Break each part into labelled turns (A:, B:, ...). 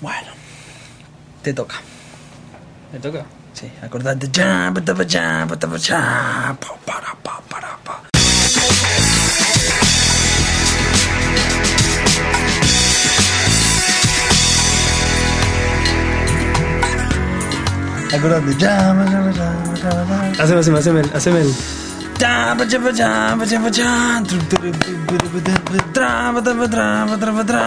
A: Bueno, te toca.
B: ¿Me toca?
A: Sí, acordate. Ya, pa, ta, pa, ya, pa, ta, pa, ya, pa, para, pa, para, pa. Acordate. Ya, pa, ya, pa, ya, pa, ta, pa, ya.
B: Haceme, haceme, haceme, el- haceme el.
A: Ya, pa, ya, pa, ya, pa, ya, pa, ya. Tru, tru, tru, tru, tru, tru, tru, tra, pa, ta, pa, tra, pa, tra, pa, tra.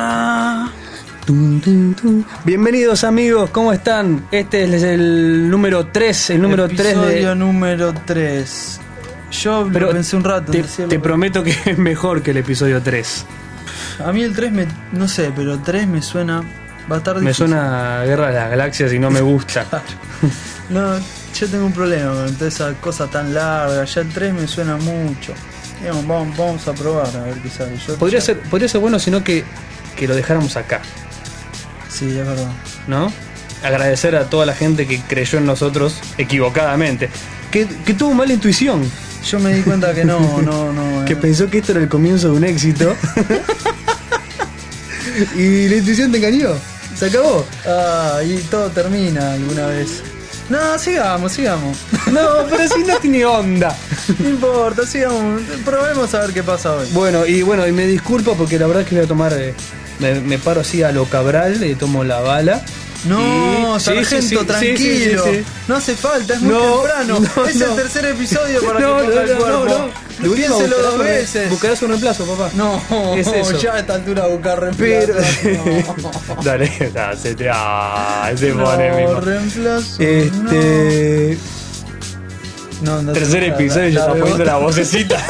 B: Tun, tun, tun. Bienvenidos amigos, ¿cómo están? Este es el número 3, el número 3
A: Episodio
B: de...
A: número 3. Yo lo pensé un rato.
B: te,
A: no sé,
B: te
A: lo-
B: prometo que es mejor que el episodio 3.
A: A mí el 3 me. No sé, pero 3 me suena. Va a estar
B: Me
A: difícil.
B: suena a Guerra de las Galaxias y no me gusta.
A: No, yo tengo un problema con toda esa cosa tan larga. Ya el 3 me suena mucho. Digamos, vamos, vamos a probar a ver qué sale. Yo-
B: Podría
A: ya-
B: ser, podría ser bueno, sino que, que lo dejáramos acá,
A: Sí, es verdad.
B: ¿no? Agradecer a toda la gente que creyó en nosotros equivocadamente. Que, que tuvo mala intuición,
A: Yo me di cuenta que no, no, no.
B: que
A: eh.
B: pensó que esto era el comienzo de un éxito. y la intuición te engañó. Se acabó.
A: Ah, y todo termina alguna vez. No, sigamos, sigamos.
B: No, pero si no tiene onda.
A: No importa, sigamos. Probemos a ver qué pasa hoy.
B: Bueno, y bueno, y me disculpa porque la verdad es que voy a tomar. eh, me, me paro así a lo cabral, le tomo la bala.
A: No,
B: Y- sí, sí,
A: sargento,
B: sí, sí,
A: tranquilo.
B: sí, sí, sí.
A: No hace falta, es muy
B: No,
A: temprano.
B: no,
A: es
B: no.
A: el tercer episodio para
B: No,
A: que ponga el
B: no, no,
A: cuerpo.
B: no, no.
A: Piénselo
B: Buscarás
A: dos
B: un re-
A: veces.
B: Buscarás un reemplazo, papá.
A: No,
B: Es eso.
A: ya a esta altura buscar
B: Pero.
A: reemplazo.
B: Dale, ah, se te. Ah, se
A: No,
B: pone mismo.
A: no, reemplazo.
B: Este.
A: no. No, no
B: Tercer
A: se- la- la
B: episodio, ya está
A: de
B: poniendo
A: Bota-
B: la vocecita.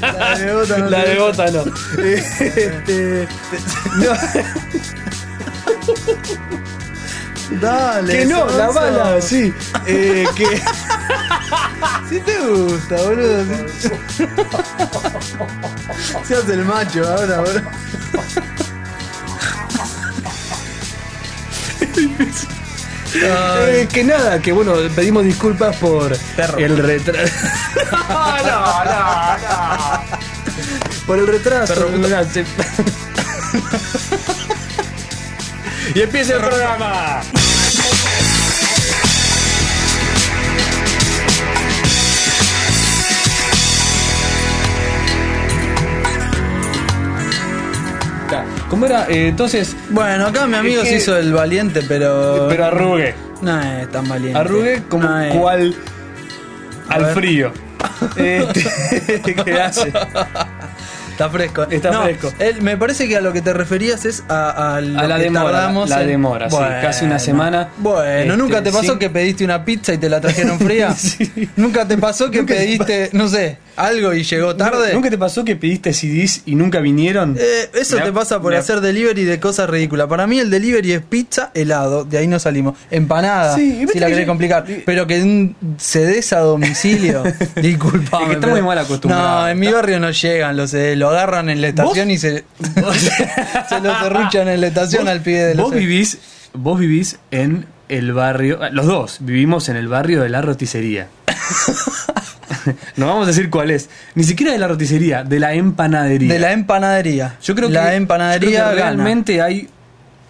A: La de Bota no
B: La
A: se-
B: de bota no. Este. no,
A: Dale.
B: que no, la
A: Sonso.
B: bala, sí. Eh, que.
A: Si te gusta, boludo. Si- Seas el macho ahora, boludo. Ay,
B: Eh, que nada, que bueno, pedimos disculpas por
A: Perro.
B: el retraso. no, no, no, Por el retraso. Mirá, se- y empieza el programa. Ta, ¿Cómo era? Eh, entonces,
A: Bueno, acá mi amigo
B: Es
A: se
B: que-
A: hizo el valiente, pero.
B: pero arrugué.
A: No es tan valiente.
B: Arrugué como
A: No es.
B: cual
A: A
B: al
A: ver.
B: frío. Este, ¿Qué hace?
A: Está fresco.
B: Está fresco.
A: él- me parece que a lo que te referías es a, a lo
B: A la
A: que
B: demora,
A: tardamos
B: la
A: en-
B: demora, sí, casi una semana.
A: Bueno,
B: Este,
A: ¿nunca te pasó
B: sí.
A: que pediste una pizza y te la trajeron fría?
B: Sí.
A: ¿Nunca te pasó que
B: Nunca te
A: pediste, no sé, algo y llegó tarde?
B: ¿Nunca te pasó que pediste CDs y nunca vinieron?
A: Eh, eso
B: Me ha-
A: te pasa por
B: me ha-
A: hacer delivery de cosas ridículas. Para mí el delivery es pizza, helado, de ahí no salimos. Empanada,
B: Sí, y viste
A: si la
B: que
A: querés
B: yo-
A: complicar. Pero que un- se des a domicilio, disculpa.
B: Es que está muy mal acostumbrado.
A: No, en mi barrio no llegan, los eh, lo agarran en la estación y se, se lo cerruchan en la estación al pibe de los...
B: vos vivís, vos vivís en el barrio, ah, los dos vivimos en el barrio de la roticería. no vamos a decir cuál es, ni siquiera de la roticería, de la empanadería.
A: De la empanadería.
B: yo creo que
A: la
B: yo
A: empanadería
B: creo que
A: gana.
B: realmente hay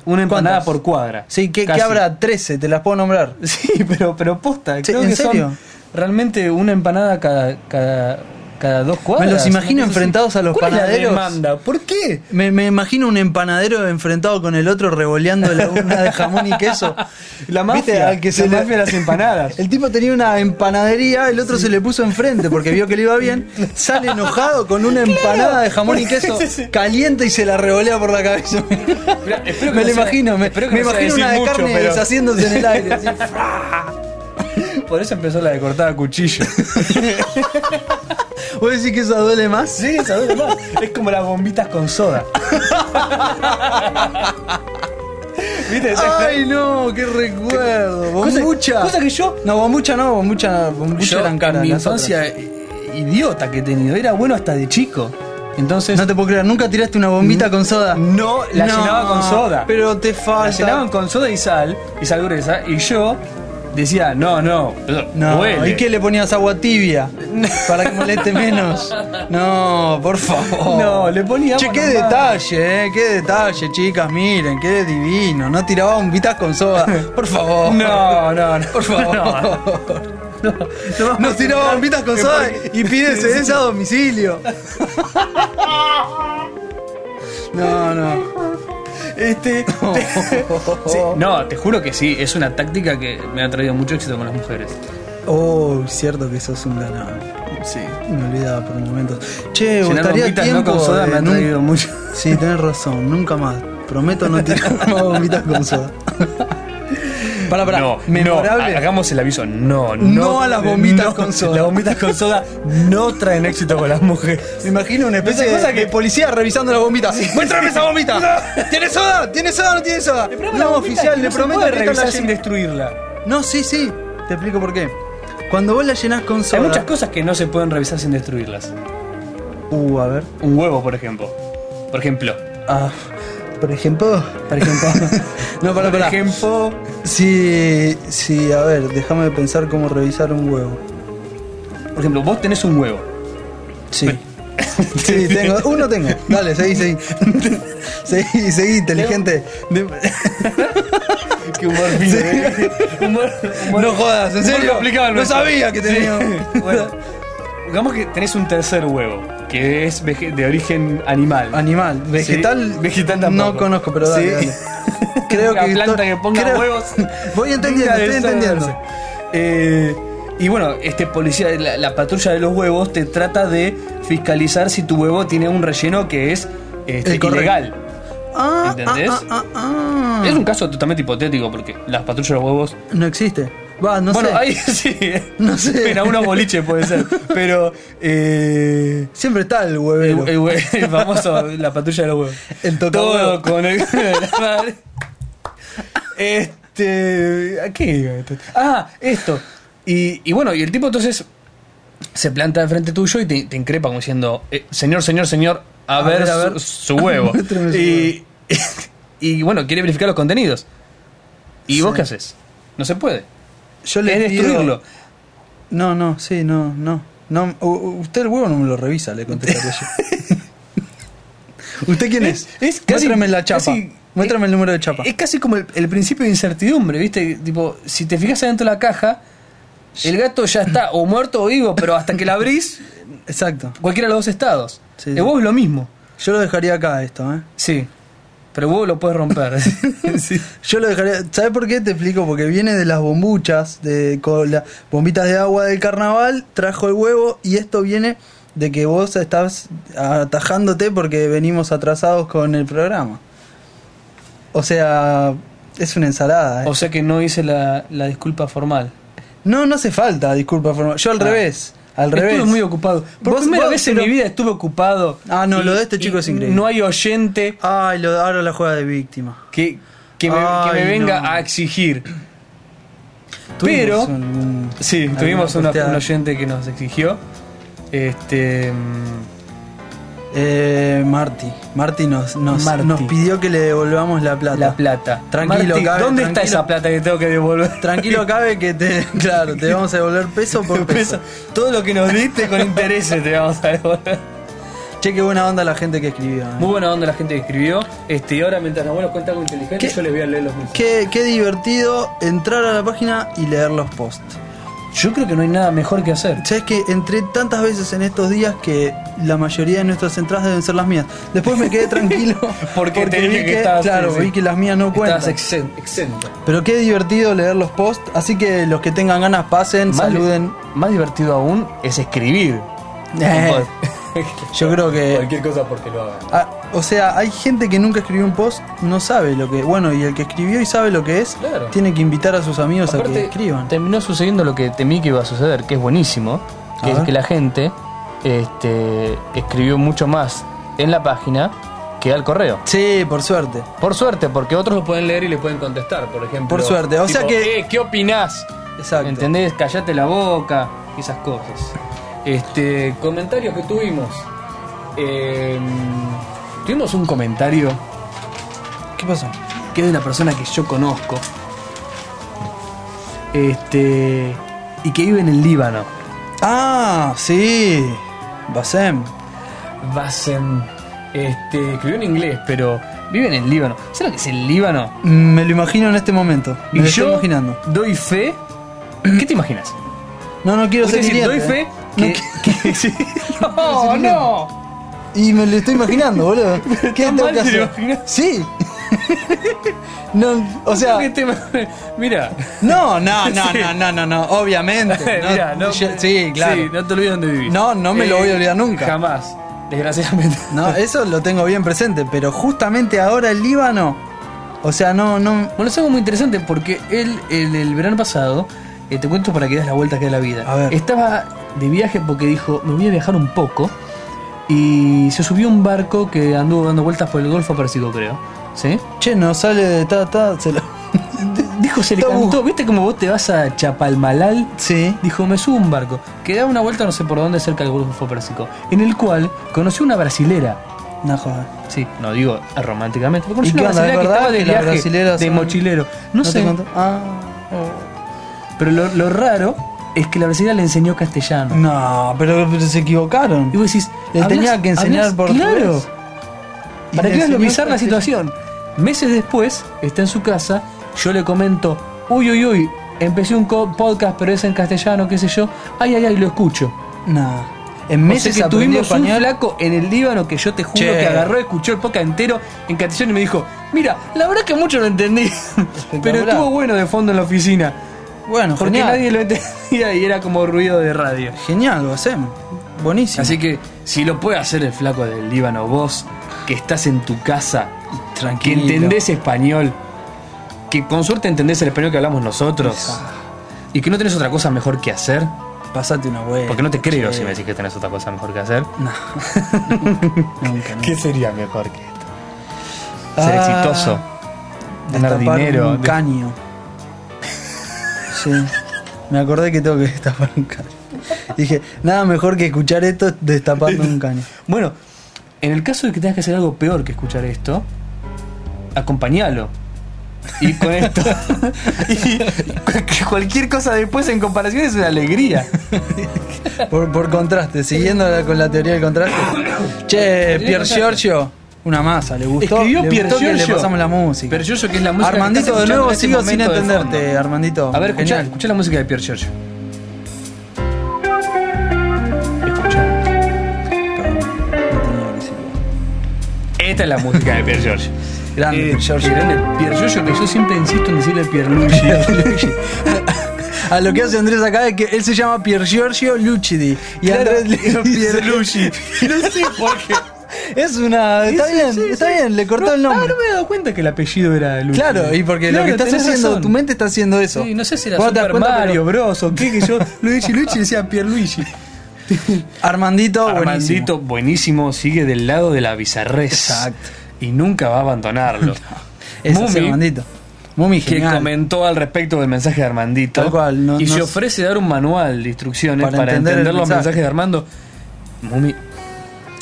B: una empanada
A: ¿Cuántas?
B: por cuadra.
A: Sí, que,
B: Casi.
A: habrá 13, te las puedo nombrar.
B: Sí, pero, pero posta.
A: Sí,
B: creo
A: ¿en
B: que
A: serio?
B: son realmente una empanada cada, cada, cada dos cuadras.
A: Me los imagino
B: una cosa así.
A: enfrentados a los
B: ¿Cuál es la
A: panaderos?
B: demanda? ¿Por qué?
A: Me, me imagino un empanadero enfrentado con el otro revoleando la una de jamón y queso.
B: La mafia,
A: ¿Viste? Al que se
B: la
A: le-
B: mafia de las empanadas.
A: El tipo tenía una empanadería, el otro se le puso enfrente porque vio que le iba bien, sale enojado con una empanada de jamón y queso caliente y se la revolea por la cabeza.
B: Mirá, espero que
A: me
B: no
A: lo
B: sea-
A: imagino, me,
B: espero que
A: me
B: no sea
A: imagino
B: decir
A: una de
B: mucho,
A: carne
B: pero-
A: deshaciéndose en el aire. así.
B: Por eso empezó la de cortada a cuchillo.
A: ¿Vos decís que eso duele más?
B: sí, esa duele más. Es como las bombitas con soda. ¿Viste? Esa-
A: Ay no, qué recuerdo.
B: cosa-
A: Bombucha.
B: cosa que yo-
A: No, bombucha no, bombucha, bombucha
B: Yo,
A: eran caras.
B: en mi
A: las otras.
B: infancia eh, idiota que he tenido. Era bueno hasta de chico. Entonces.
A: No te puedo creer, nunca tiraste una bombita con soda.
B: No, la llenaba con soda.
A: Pero te
B: La
A: falta.
B: llenaban con soda y sal, y sal gruesa, y yo decía, no, no,
A: No,
B: duele".
A: ¿y qué le ponías agua tibia? Para que moleste menos. No, por favor.
B: No, le ponía
A: Che,
B: agua
A: qué
B: normal.
A: detalle, eh, qué detalle, chicas, miren, qué divino. No tiraba un vitas con soda. Por favor.
B: No, no, no.
A: Por favor.
B: No, no vamos
A: Nos
B: a
A: tiraba
B: entrar
A: bombitas con
B: que
A: soda
B: porque-
A: y pide cerveza a domicilio. No, no.
B: Este, Sí,
A: Oh.
B: No, te juro que sí, es una táctica que me ha traído mucho éxito con las mujeres.
A: Oh, cierto que sos un ganado.
B: Sí.
A: Me olvidaba por momentos. Che,
B: Llenar
A: gustaría
B: bombitas
A: tiempo
B: no con soda
A: de
B: me ha
A: nun-
B: traído mucho.
A: Sí, tenés razón, nunca más. Prometo no tirar más bombitas con soda. Para, para,
B: No,
A: memorable.
B: no, ha- hagamos el aviso. No, no.
A: No a las bombitas con soda.
B: Las bombitas con soda no traen éxito con las mujeres.
A: Me imagino una especie
B: Esa cosa
A: de, que... policía revisando las bombitas. ¡Muéstrame esa bombita! ¿Tiene soda? ¿Tiene soda o no tiene soda? No, oficial, le prometo que esta la
B: sin
A: llené.
B: destruirla.
A: No, sí, sí. Te explico por qué. Cuando vos la llenás con soda.
B: Hay muchas cosas que no se pueden revisar sin destruirlas.
A: Uh, a ver.
B: Un huevo, por ejemplo. Por ejemplo.
A: Ah, por ejemplo. Por ejemplo. no, para,
B: Por
A: para.
B: ejemplo.
A: Sí, sí, a ver, déjame pensar cómo revisar un huevo.
B: Por ejemplo, vos tenés un huevo.
A: Sí. Sí, tengo. Uno tengo. Dale, seguí, seguí. Seguí, seguí, inteligente.
B: Qué humor fino, ¿eh? Humor- humor-
A: No jodas, en
B: humor
A: serio.
B: complicado el
A: No
B: nuestro.
A: sabía que tenía.
B: Sí. Bueno, digamos que tenés un tercer huevo, que es vege- de origen animal.
A: Animal. Vegetal.
B: Sí, vegetal tampoco.
A: No conozco, pero dale.
B: Sí.
A: dale. Creo
B: Una
A: que.
B: planta
A: estoy-
B: que ponga
A: creo-
B: huevos.
A: Voy entendiendo,
B: digna
A: estoy
B: de
A: entendiendo.
B: saberse. Eh, y bueno, este policía, la, la patrulla de los huevos, te trata de fiscalizar si tu huevo tiene un relleno que es este,
A: El correcto.
B: ilegal.
A: Ah,
B: ¿Entendés?
A: ah, ah, ah, ah.
B: Es un caso totalmente hipotético porque las patrullas de los huevos
A: No existe. Va, no
B: bueno,
A: sé.
B: ahí sí.
A: No sé.
B: Mira, unos boliches puede ser. Pero. eh,
A: Siempre está el
B: el,
A: huevero.
B: el hue- el famoso, la patrulla de los huevos.
A: El tocahuevo.
B: Todo con el. la madre. Este. ¿a qué iba esto? Ah, esto. Y, y bueno, y el tipo entonces se planta enfrente tuyo y te, te increpa como diciendo: eh, Señor, señor, señor, a,
A: A
B: ver,
A: ver, a
B: su-
A: ver.
B: su, huevo.
A: Muéstrame su
B: y, y bueno, quiere verificar los contenidos. ¿Y vos qué haces? No se puede.
A: Yo le
B: Es
A: pido-
B: destruirlo.
A: No, no, sí, no, no. no u- u- usted el huevo no me lo revisa, le contestaría yo. ¿Usted quién ¿Eh? es?
B: Es- es casi-
A: Muéstrame la chapa. Eh,
B: casi-
A: Muéstrame el número de chapa.
B: Es casi como el, el principio de incertidumbre, ¿viste? Tipo, si te fijas adentro de la caja, el gato ya está o muerto o vivo, pero hasta que la abrís,
A: eh. Exacto.
B: cualquiera de los dos estados.
A: Sí, sí.
B: el huevo es lo mismo.
A: Yo lo dejaría acá esto, ¿eh?
B: Sí. Pero el huevo lo puedes romper. Sí.
A: Yo lo dejaría. ¿Sabes por qué? Te explico. Porque viene de las bombuchas, de con las bombitas de agua del carnaval, trajo el huevo y esto viene de que vos estás atajándote porque venimos atrasados con el programa. O sea, es una ensalada. ¿eh?
B: O sea que no hice la, la disculpa formal.
A: no, no hace falta, disculpa. formal. Yo al
B: Ah.
A: revés. Al
B: Estuve
A: revés.
B: muy ocupado. Por
A: Vos-
B: primera
A: vos,
B: vez en
A: pero-
B: mi vida estuve ocupado.
A: Ah, no, lo de este chico es increíble.
B: No hay oyente
A: Ay, lo, ahora la juega de víctima.
B: que, que, me, que me
A: Ay,
B: venga
A: no.
B: a exigir.
A: Tuvimos
B: Pero-
A: algún-
B: Sí,
A: alguna
B: tuvimos una-
A: posteada.
B: un oyente que nos exigió. Este. mm,
A: Eh, Marty. Marty nos, nos,
B: Marty.
A: nos pidió que le devolvamos la plata.
B: La plata.
A: Tranquilo,
B: Martín,
A: cabe,
B: ¿Dónde está
A: tranquilo.
B: esa plata que tengo que devolver?
A: Tranquilo, cabe que te. Claro, te vamos a devolver peso por peso.
B: Todo lo que nos diste con intereses te vamos a devolver.
A: Che, qué buena onda la gente que escribió. ¿eh?
B: Muy buena onda la gente que escribió. Este, y ahora mientras los buenos cuentan con inteligente,
A: ¿Qué?
B: yo les voy a leer los mensajes.
A: Qué, qué divertido entrar a la página y leer los posts.
B: Yo creo que no hay nada mejor que hacer.
A: Sabes que entré tantas veces en estos días que la mayoría de nuestras entradas deben ser las mías. Después me quedé tranquilo
B: Porque te dije que estabas-
A: claro,
B: sí, sí.
A: vi que las mías no cuentan.
B: Estás exen- exento.
A: Pero qué divertido leer los posts. Así que los que tengan ganas pasen, saluden.
B: Más divertido aún es escribir.
A: Eh, yo creo que-
B: Cualquier cosa porque lo hagan.
A: Ah, o sea, hay gente que nunca escribió un post, no sabe lo que. Bueno, y el que escribió y sabe lo que es,
B: Claro.
A: tiene que invitar a sus amigos a que
B: Aparte,
A: escriban.
B: Terminó sucediendo lo que temí que iba a suceder, que es buenísimo, que
A: A
B: es
A: ver.
B: que la gente este, escribió mucho más en la página que al correo.
A: Sí, por suerte.
B: Por suerte, porque otros lo pueden leer y le pueden contestar, por ejemplo.
A: Por suerte, o sea que-
B: "Eh, ¿Qué opinás?
A: Exacto.
B: ¿Entendés? Callate la boca y esas cosas. Este, comentarios que tuvimos. Eh, tuvimos un comentario
A: ¿Qué pasó?
B: que es de una persona que yo conozco. Este. Y que vive en el Líbano.
A: Ah, sí. Basem.
B: Basem. Este. Escribió en inglés, pero. Vive en el Líbano. ¿Sabes lo que es el Líbano?
A: Mm, Me lo imagino en este momento. Me
B: y
A: lo
B: yo
A: estoy imaginando.
B: doy fe. ¿Qué te imaginas?
A: No, no quiero
B: Es
A: ser
B: decir,
A: hiriente,
B: doy fe
A: eh. No
B: que. que- sí. no,
A: ser hiriente.
B: no.
A: Y me lo estoy imaginando, boludo. ¿Qué
B: tan
A: tengo
B: mal
A: que
B: te lo
A: hacer?
B: imaginas.
A: Sí. no, o sea,
B: ¿Qué te- Mira.
A: no, no, no,
B: Sí.
A: no, no, no, no, obviamente. No,
B: Mira, no
A: yo-
B: me-
A: sí, claro.
B: sí, no te olvides dónde vivís.
A: No, no me lo voy a olvidar nunca.
B: Jamás. Desgraciadamente.
A: No, eso lo tengo bien presente, pero justamente ahora el Líbano, o sea, no, no.
B: Bueno, es algo muy interesante porque él, el, el verano pasado, eh, te cuento para que des la vuelta que da la vida.
A: A ver.
B: Estaba de viaje porque dijo, me voy a viajar un poco. Y se subió a un barco que anduvo dando vueltas por el Golfo Pérsico, creo. ¿Sí?
A: Che, no sale de ta, ta, se lo.
B: Dijo, se le
A: Tabú.
B: cantó, ¿viste como vos te vas a Chapalmalal?
A: Sí.
B: Dijo, me subo a un barco, que da una vuelta no sé por dónde cerca del Golfo Pérsico, en el cual conoció una brasilera.
A: No joder.
B: Sí, no digo ah, románticamente, pero
A: ¿Y
B: conocí
A: qué
B: una
A: onda?
B: brasilera
A: ¿Es
B: que
A: verdad
B: estaba de
A: que las
B: viaje,
A: brasileras
B: de
A: son-
B: mochilero. No,
A: te
B: sé,
A: contó? Ah.
B: Oh. pero lo, lo raro es que la brasilera le enseñó castellano.
A: No, pero, pero se equivocaron.
B: Y vos decís,
A: Le
B: ¿hablas-
A: tenía que enseñar
B: hablas-
A: por
B: Claro,
A: Y
B: para
A: le
B: que veas lo
A: enseñó
B: bizarra la
A: castellano.
B: situación. Meses después, está en su casa, yo le comento, uy, uy, uy, empecé un co- podcast, pero es en castellano, qué sé yo, ay, ay, ay, lo escucho.
A: No. En
B: No sé
A: meses
B: que
A: aprendió
B: tuvimos un
A: español.
B: flaco en el Líbano que yo te juro
A: Che.
B: que agarró, escuchó el podcast entero en castellano y me dijo, mira, la verdad que mucho no entendí, pero estuvo bueno de fondo en la oficina,
A: Bueno,
B: porque
A: genial.
B: nadie lo entendía y era como ruido de radio.
A: Genial, lo hacemos. Buenísimo.
B: Así que si lo puede hacer el flaco del Líbano, vos que estás en tu casa, que
A: tranquilo.
B: entendés español, que con suerte entendés el español que hablamos nosotros y que no tenés otra cosa mejor que hacer,
A: Eh, Pasate una vuelta.
B: porque no te creo si me
A: decís.
B: decís que tenés otra cosa mejor que hacer.
A: No. Nunca, nunca.
B: ¿Qué sería mejor que esto? Ser
A: Ah,
B: exitoso, ganar
A: Destapar
B: dinero.
A: Un
B: de-
A: caño. Sí. Me acordé que tengo que destapar un caño. Dije, nada mejor que escuchar esto destapando un caño.
B: Bueno, en el caso de que tengas que hacer algo peor que escuchar esto, acompañalo. Y con esto. y cu- cualquier cosa después en comparación es una alegría.
A: Por, por contraste, siguiendo la- con la teoría del contraste. Che,
B: del
A: Pier
B: contraste.
A: Giorgio, una masa, le gustó.
B: Escribió
A: le
B: Pier
A: gustó que
B: Giorgio.
A: le pasamos la música.
B: Pier Giorgio, que es la música que
A: Armandito,
B: estás
A: de nuevo sigo
B: escuchando en
A: sin
B: este momento de
A: entenderte,
B: fondo.
A: Armandito.
B: A ver, escucha,
A: Genial.
B: la música de Pierre Giorgio. Escucha. Esta es la música de Pierre Giorgio.
A: Grande Pier Giorgio.
B: Grande Pier Giorgio, Eh, que yo siempre insisto en decirle Pierluigi.
A: A lo que hace Andrés acá es que él se llama Pier Giorgio Lucidi. Y
B: Claro,
A: Andrés le dice
B: Pierluigi. No sé por qué.
A: Es una. Está
B: Sí,
A: bien,
B: sí,
A: está
B: sí.
A: bien, le cortó
B: No,
A: el
B: Ah,
A: nombre.
B: no me he dado cuenta que el apellido era Lucidi.
A: Claro, y porque lo
B: Claro,
A: que estás
B: tenés
A: haciendo,
B: razón.
A: tu mente está haciendo eso.
B: Sí, no sé si era
A: Vos te das
B: Super
A: cuenta, pero
B: Mario Bros o qué que yo Luigi Luigi decía Pierluigi.
A: Armandito, buenísimo.
B: Armandito buenísimo sigue del lado de la bizarrez.
A: Exacto.
B: Y nunca va a abandonarlo.
A: Es así,
B: Mumi,
A: Armandito. Mumi,
B: que
A: genial.
B: comentó al respecto del mensaje de Armandito.
A: Tal cual, no-
B: y
A: no
B: se
A: sé.
B: ofrece dar un manual de instrucciones para,
A: Para entender
B: entender,
A: el
B: los
A: mensaje.
B: mensajes de Armando. Mumi,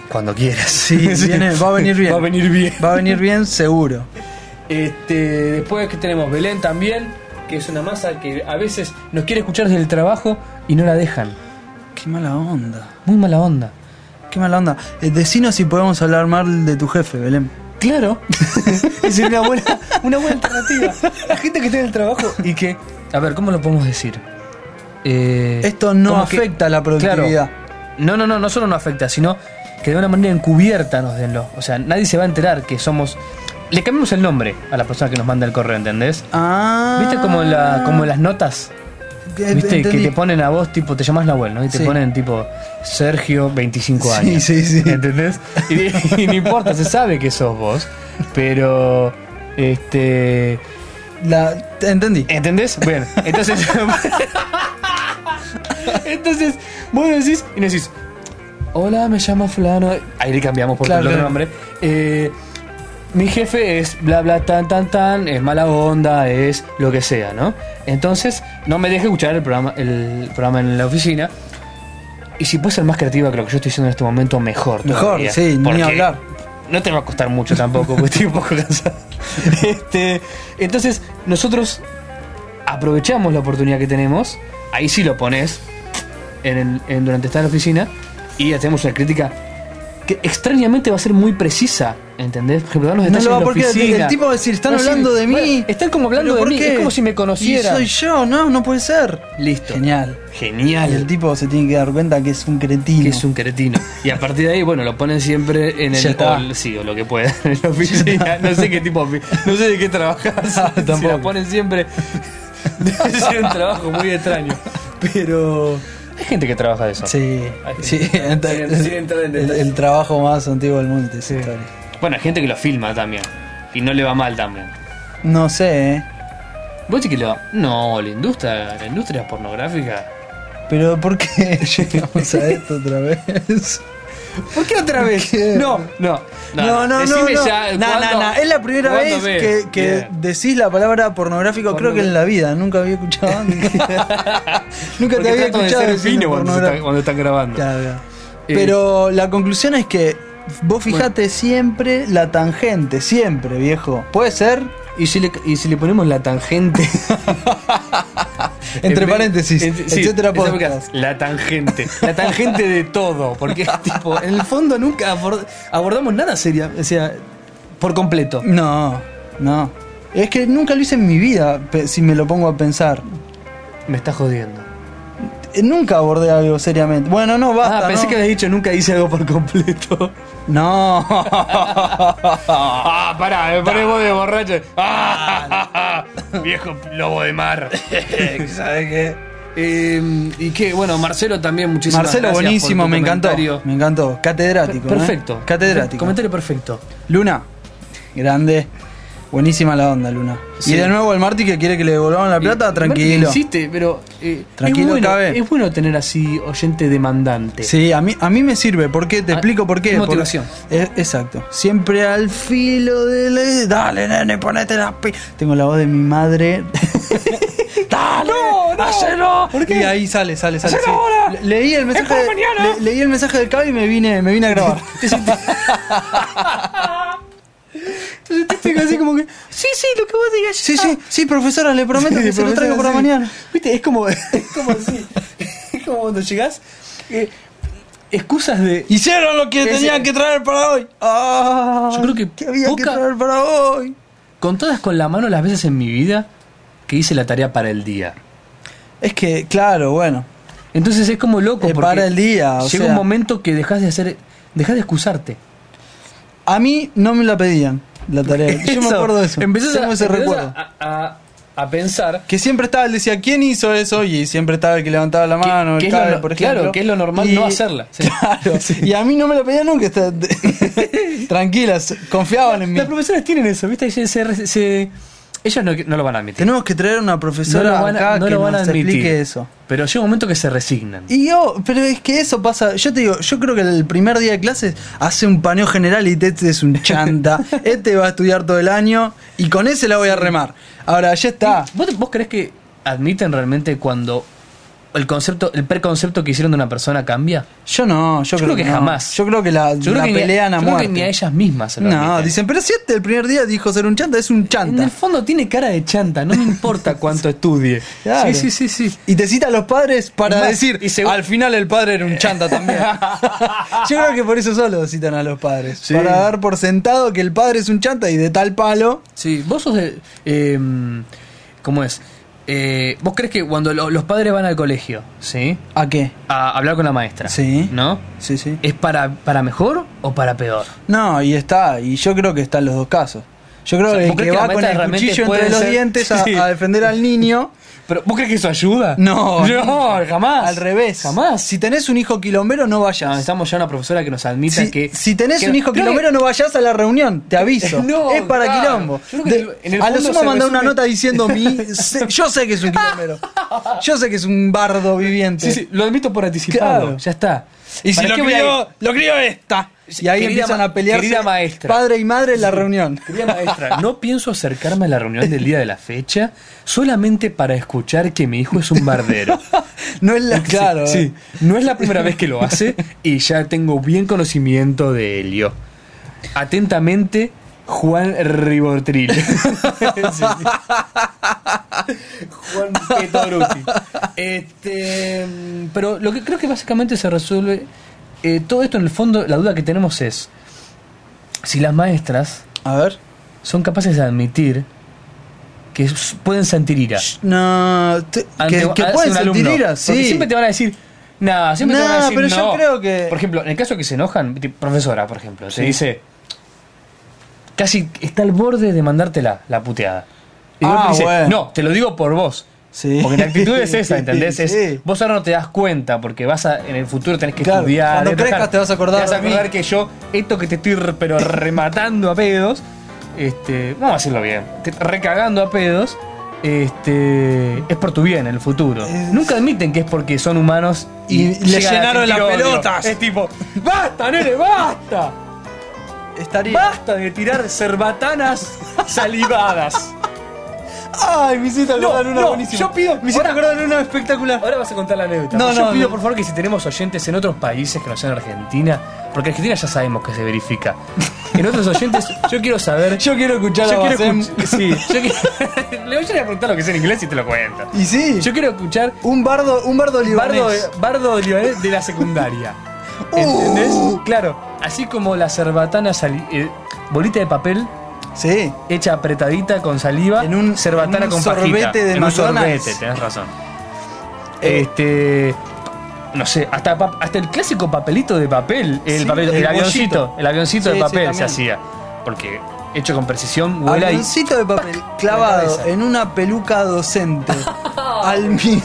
B: cuando quieras.
A: Sí, viene- va a venir bien.
B: Va a venir bien.
A: Va a venir bien, seguro.
B: Este, después que tenemos Belén también, que es una masa que a veces nos quiere escuchar desde el trabajo y no la dejan.
A: Qué mala onda.
B: Muy mala onda.
A: Qué mala onda. Eh, decinos si podemos hablar mal de tu jefe, Belén.
B: Claro, es una buena, una buena alternativa. La gente que está en el trabajo y que. A ver, ¿cómo lo podemos decir? Eh,
A: Esto no
B: como que-
A: afecta a la productividad.
B: Claro. no, no, no, no solo no afecta, sino que de una manera encubierta nos denlo. O sea, nadie se va a enterar que somos. Le cambiamos el nombre a la persona que nos manda el correo, ¿entendés?
A: Ah.
B: ¿Viste como, la, como las notas?
A: Eh, Ah,
B: ¿Viste?
A: entendí.
B: Que te ponen a vos, tipo, te llamas Nahuel, ¿no? Y te
A: Sí.
B: ponen, tipo, Sergio, 25
A: Sí,
B: años.
A: sí, sí.
B: ¿Entendés? Y, y no importa, se sabe que sos vos. Pero. Este.
A: La- te entendí.
B: ¿Entendés? Bueno, entonces. entonces, vos decís y nos decís. Hola, me llamo Fulano. Ahí le cambiamos por
A: Claro,
B: el otro
A: claro.
B: nombre. Eh, mi jefe es bla bla tan tan tan, es mala onda, es lo que sea, ¿no? Entonces, no me deje escuchar el programa, el programa en la oficina. Y si puedes ser más creativa que lo que yo estoy diciendo en este momento, mejor.
A: Mejor,
B: todavía.
A: sí, ni
B: Porque
A: hablar.
B: No te va a costar mucho tampoco, porque estoy un poco cansado. Este, entonces, nosotros aprovechamos la oportunidad que tenemos, ahí sí lo pones en, el- en- durante estar en la oficina y hacemos una crítica que extrañamente va a ser muy precisa, ¿entendés? Porque nos
A: No lo va a porque el tipo va a decir, están
B: Va a decir,
A: hablando de
B: bueno,
A: mí.
B: están como hablando
A: ¿Pero
B: de
A: por
B: mí, es como si me conocieran.
A: Y soy yo, no, no puede ser.
B: Listo.
A: Genial. Y el
B: Genial.
A: tipo se tiene que dar cuenta que es un cretino.
B: Que es un cretino. Y a partir de ahí, bueno, lo ponen siempre en
A: Ya
B: el
A: está.
B: o- sí, o lo que pueda, en la oficina. No sé qué tipo, de ofi- no sé de qué trabajas. Si
A: tampoco.
B: la ponen siempre. Debe ser un trabajo muy extraño.
A: Pero.
B: Hay gente que trabaja de eso.
A: Sí.
B: Ay,
A: sí,
B: sí, sí, entra en
A: el, el trabajo más antiguo del mundo. esa historia.
B: Bueno, hay gente que lo filma también. Y no le va mal también.
A: No sé, ¿eh?
B: ¿Vos decís que le va? No, la industria, la industria pornográfica.
A: Pero ¿por qué llegamos a esto otra vez?
B: ¿Por qué otra vez?
A: ¿Qué?
B: No, no.
A: Eh, No, no, no.
B: Decime
A: no.
B: ya.
A: No,
B: ¿cuándo-
A: no, no. Es la primera
B: cuándo
A: vez
B: ves?
A: que, que
B: Bien.
A: decís la palabra pornográfico, creo que en la vida. Nunca había escuchado antes. Nunca
B: Porque
A: te había
B: trato de
A: escuchado
B: ser
A: decir
B: fino cuando, se está-
A: pornográfico.
B: cuando están grabando.
A: Claro, claro.
B: Eh,
A: Pero la conclusión es que vos fijate siempre la tangente, siempre, viejo. ¿Puede ser?
B: ¿Y, si le, y si le ponemos la tangente.
A: Entre
B: En vez-
A: paréntesis,
B: en- sí,
A: etcétera
B: esa porque-
A: podcast.
B: La tangente. La tangente de todo. Porque tipo, en el fondo nunca abord- abordamos nada seria. O sea, por completo.
A: No, no. Es que nunca lo hice en mi vida, pe- si me lo pongo a pensar.
B: Me estás jodiendo.
A: Eh, Nunca abordé algo seriamente. Bueno, no, basta.
B: ah, pensé
A: ¿no?
B: que habías dicho nunca hice algo por completo.
A: No.
B: Ah, pará, me pones voz de borracho. Ah, viejo lobo de mar.
A: ¿Sabes qué?
B: Eh, y que, bueno, Marcelo también, muchísimas
A: Marcelo,
B: gracias por
A: buenísimo,
B: tu
A: me encantó.
B: comentario.
A: Me encantó. Catedrático. ¿eh?
B: Perfecto.
A: Catedrático.
B: Comentario perfecto.
A: Luna, grande. Buenísima la onda, Luna.
B: Sí.
A: Y de nuevo el Marti que quiere que le devolvamos la plata,
B: Eh,
A: tranquilo.
B: Insiste, pero. eh,
A: Tranquilo,
B: es bueno,
A: cabe.
B: Es bueno tener así oyente demandante.
A: Sí, a mí, a mí me sirve. ¿Por qué? Te
B: Ah,
A: explico por qué.
B: es motivación.
A: Porque- eh, exacto. Siempre al filo de la... Dale, nene, ponete las pi... Tengo la voz de mi madre. ¡Dale!
B: No, no.
A: hacelo.
B: ¿Por qué?
A: Y ahí sale, sale, sale.
B: ¡Hacelo
A: sí.
B: ahora!
A: Le- leí el mensaje...
B: por
A: de-
B: mañana!
A: le- leí el mensaje del Cabi y me vine, me vine a grabar.
B: Entonces te tengo así como que. Sí, sí, lo que vos digas.
A: sí,
B: ya".
A: sí, sí, profesora, le prometo que se lo traigo para
B: sí.
A: mañana.
B: Viste, es como, es como así. Es como cuando llegás. eh, excusas de.
A: Hicieron lo que
B: Ese-
A: tenían que traer para hoy. Ah,
B: Yo creo que
A: ¿qué había que
B: poca-
A: traer para hoy.
B: Contadas con la mano las veces en mi vida que hice la tarea para el día.
A: Es que, claro, bueno.
B: Entonces es como loco.
A: Eh,
B: porque
A: para el día, o
B: llega
A: sea.
B: un momento que dejas de hacer. Dejas de excusarte.
A: A mí no me la pedían la tarea. Eh, Yo me acuerdo de eso.
B: Empezás
A: Tengo
B: a,
A: ese
B: empezás
A: recuerdo.
B: a- a- a pensar
A: Que siempre estaba, él decía, ¿quién hizo eso? Y siempre estaba el que levantaba la mano, el
B: que es lo
A: cabe,
B: no-
A: por
B: claro,
A: ejemplo.
B: que es lo normal no hacerla. Sí.
A: Claro. Y a mí no me la pedían nunca. está- Tranquilas, confiaban en mí.
B: Las profesoras tienen eso, ¿viste? Se- se- se- ellas no, no lo van a admitir.
A: Tenemos que traer una
B: No
A: profesora
B: lo van a,
A: acá
B: no
A: que
B: lo van a
A: nos
B: admitir.
A: explique eso.
B: Pero llega un momento que se resignan.
A: Y yo, pero es que eso pasa. Yo te digo, yo creo que el primer día de clases hace un paneo general y este es un chanta. Este va a estudiar todo el año y con ese la voy a remar. Ahora, ya está.
B: ¿Vos, te- vos creés que admiten realmente cuando el concepto, el preconcepto que hicieron de una persona cambia?
A: Yo no, yo,
B: Yo creo que
A: no.
B: jamás.
A: Yo creo que la,
B: Yo creo
A: la
B: que, ni, a,
A: pelean a
B: yo creo que
A: muerte.
B: ni a ellas mismas se lo
A: no,
B: admiten.
A: dicen, pero si este el primer día dijo ser un chanta, es un
B: En
A: chanta.
B: el fondo tiene cara de chanta, no me importa cuánto estudie.
A: Claro.
B: Sí, sí, sí, sí.
A: Y te cita a los padres para
B: Es más,
A: decir,
B: y según-
A: al final el padre era un chanta también. Yo creo que por eso solo citan a los padres.
B: Sí.
A: Para dar por sentado que el padre es un chanta y de tal palo.
B: Sí, vos sos de... eh, ¿Cómo es? Eh, ¿Vos crees que cuando lo- los padres van al colegio, ¿sí?
A: ¿A qué?
B: A hablar con la maestra.
A: Sí.
B: ¿No?
A: Sí, sí.
B: ¿Es para, para mejor o para peor?
A: No, y está, y yo creo que están los dos casos. Yo creo
B: O sea,
A: que
B: ¿vos
A: el que
B: crees que
A: va
B: las
A: con
B: metas
A: el
B: realmente
A: cuchillo entre
B: pueden
A: los
B: ser-
A: dientes a,
B: Sí.
A: a defender al niño.
B: ¿Pero vos crees que eso ayuda?
A: No,
B: No, jamás.
A: Al revés.
B: Jamás.
A: Si tenés un hijo quilombero, no vayas.
B: No, necesitamos ya una profesora que nos admita
A: si,
B: que.
A: si tenés
B: que-
A: un hijo
B: creo que-
A: quilombero, no vayas a la reunión, te aviso.
B: No,
A: es para
B: claro.
A: quilombo.
B: Yo creo que
A: De-
B: en el- en el
A: a lo
B: fondo
A: sumo
B: se
A: mandá una
B: resume-
A: nota diciendo mi. se- yo sé que es un quilombero. Yo sé que es un bardo viviente.
B: Sí, sí, lo admito por anticipado.
A: Claro.
B: Ya está.
A: Y si
B: ¿Para
A: lo
B: qué voy a
A: crió,
B: ir?
A: lo crió esta. Y ahí
B: Querida
A: empiezan
B: ma-
A: a pelearse
B: querida maestra.
A: padre y madre en la reunión.
B: Querida maestra, no pienso acercarme a la reunión del día de la fecha solamente para escuchar que mi hijo es un bardero.
A: No es la,
B: Sí,
A: claro.
B: sí.
A: eh.
B: No es la primera vez que lo hace y ya tengo bien conocimiento de Helio. Atentamente, Juan Ribotril. Sí. Juan Petoruti. Este, mm, pero lo que creo que básicamente se resuelve. eh, todo esto en el fondo, la duda que tenemos es si las maestras
A: A ver.
B: son capaces de admitir que s- pueden sentir ira.
A: No, te-
B: ante-
A: que, que
B: hacia
A: pueden
B: Ah, un
A: sentir
B: alumno.
A: ira,
B: Porque
A: sí.
B: siempre te van a decir, no, siempre te van a
A: No,
B: decir,
A: pero yo
B: "No".
A: creo que-
B: Por ejemplo, en el caso que se enojan, ti- profesora, por ejemplo, se dice, casi está al borde de mandártela la puteada. Y de
A: Ah,
B: golpe dice,
A: bueno.
B: No, te lo digo por vos.
A: Sí.
B: Porque la actitud es esa, ¿entendés? Es,
A: Sí.
B: Vos ahora no te das cuenta porque vas a, en el futuro tenés que
A: Claro,
B: estudiar.
A: cuando
B: tenés que
A: crezcas
B: trabajar.
A: te vas a acordar
B: Te vas a
A: de mí.
B: acordar que yo, esto que te estoy re- pero rematando a pedos, este, vamos a decirlo bien, te- recagando a pedos, este, es por tu bien en el futuro.
A: Es-
B: Nunca admiten que es porque son humanos y,
A: Y le
B: llegan a
A: llenaron
B: sentir
A: las
B: odio.
A: pelotas.
B: Es tipo, basta, nene, basta.
A: Estaría.
B: Basta de tirar cerbatanas salivadas.
A: Ay, me hiciste acordar una buenísima.
B: yo pido-
A: Me hiciste
B: ahora-
A: acordar una espectacular.
B: Ahora vas a contar la anécdota.
A: No,
B: Yo
A: no,
B: pido
A: no.
B: por favor que si tenemos oyentes en otros países que no sean Argentina, porque Argentina ya sabemos que se verifica. En otros oyentes, yo quiero saber.
A: Yo quiero escuchar a Bacem.
B: escuch- Sí, yo quiero. Le voy a preguntar lo que es en inglés y te lo cuento.
A: Y sí,
B: Yo quiero escuchar
A: un bardo, un bardo
B: Bardo, eh.
A: libanés.
B: bardo libanés de la secundaria.
A: Uh.
B: ¿Entendés? Claro, así como la cerbatana sali- eh, bolita de papel
A: Sí.
B: hecha apretadita con saliva
A: En un-
B: cerbatana
A: en un
B: con pajita.
A: sorbete de
B: en un
A: McDonald's.
B: sorbete, tenés razón. Este no sé, hasta, pa- hasta el clásico papelito de papel, el,
A: Sí,
B: papel-
A: el
B: el avioncito,
A: bollito.
B: el avioncito
A: Sí,
B: de
A: sí,
B: papel se
A: también.
B: hacía, porque hecho con precisión vuela y
A: Avioncito de papel
B: la
A: clavado
B: cabeza.
A: en una peluca docente. Almi-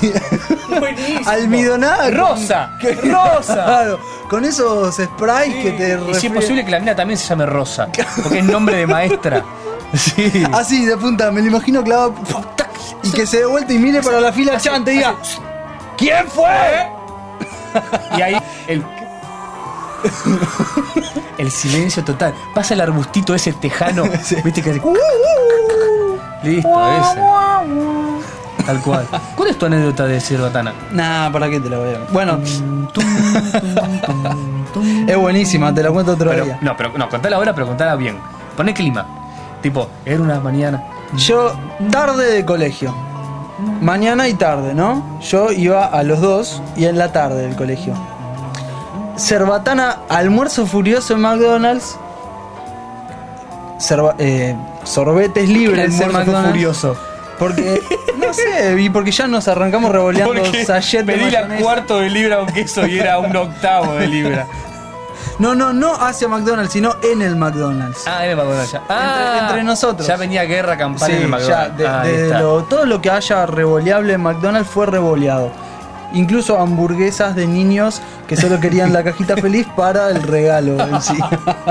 B: Buenísimo.
A: Almidonada. con-
B: rosa,
A: que-
B: rosa.
A: Claro, con esos sprays que te
B: y si es
A: refrie-
B: posible que la mina también se llame Rosa, porque es nombre de maestra. Sí.
A: Así, de punta, me lo imagino clavado. tac, Y Ah, que se dé vuelta y mire para la fila chante y diga.
B: ¿Quién fue? Y ahí el. El silencio total. Pasa el arbustito ese tejano. Viste que hace. Listo, ese. Tal cual. ¿Cuál es tu anécdota de Cerbatana?
A: Nah, ¿para qué te la voy a Bueno, es buenísima, te la cuento otro
B: Pero-
A: día.
B: no, pero no, contala ahora, pero contala bien. Poné clima. Tipo, era una mañana.
A: Yo, tarde de colegio. Mañana y tarde, ¿no? Yo iba a los dos y en la tarde del colegio. Cerbatana, almuerzo furioso en McDonald's. Cerva- eh, sorbetes libres en
B: almuerzo fue
A: McDonald's.
B: furioso.
A: Porque, no sé, y porque ya nos arrancamos revoleando
B: Porque
A: sachet de
B: pedí la
A: mayonesa.
B: cuarto de libra a un queso y era un octavo de libra.
A: No, no, no hacia McDonald's, sino en el McDonald's.
B: Ah, era McDonald's ya. Ah,
A: entre nosotros.
B: Ya venía guerra campana
A: Sí,
B: en el
A: ya,
B: McDonald's.
A: de-
B: Ah, ahí
A: de
B: está.
A: lo- todo lo que haya revoleable en McDonald's fue revoleado. Incluso hamburguesas de niños que solo querían la cajita feliz para el regalo en sí.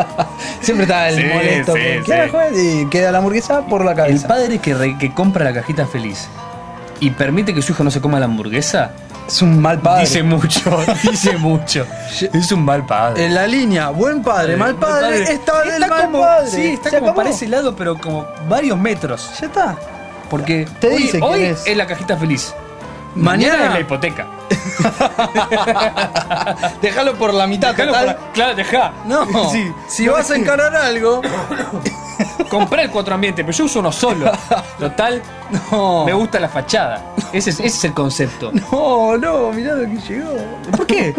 A: Siempre está el
B: Sí,
A: molesto.
B: sí,
A: que,
B: sí.
A: "¿Quieres jugar?" Y queda la hamburguesa por la
B: El
A: cabeza.
B: padre que, re- que compra la cajita feliz y permite que su hijo no se coma la hamburguesa,
A: Es un mal padre.
B: dice mucho, dice mucho. Es un mal padre.
A: en la línea, buen padre, mal padre, está del mal
B: como,
A: padre.
B: Sí, está
A: Se
B: como
A: acabó.
B: para ese lado, pero como varios metros.
A: Ya está.
B: Porque
A: Te
B: hoy,
A: dice quién
B: hoy
A: es.
B: la cajita feliz.
A: Mañana-
B: es la hipoteca.
A: Déjalo por la mitad,
B: Dejalo
A: total.
B: para- claro, dejá.
A: No,
B: Sí.
A: si vas a encarar algo,
B: Compré el cuatro ambientes, pero yo uso uno solo. Total,
A: no.
B: Me gusta la fachada. Ese es, ese es el concepto.
A: No, Oh, no, mirá lo que llegó.
B: ¿Por qué?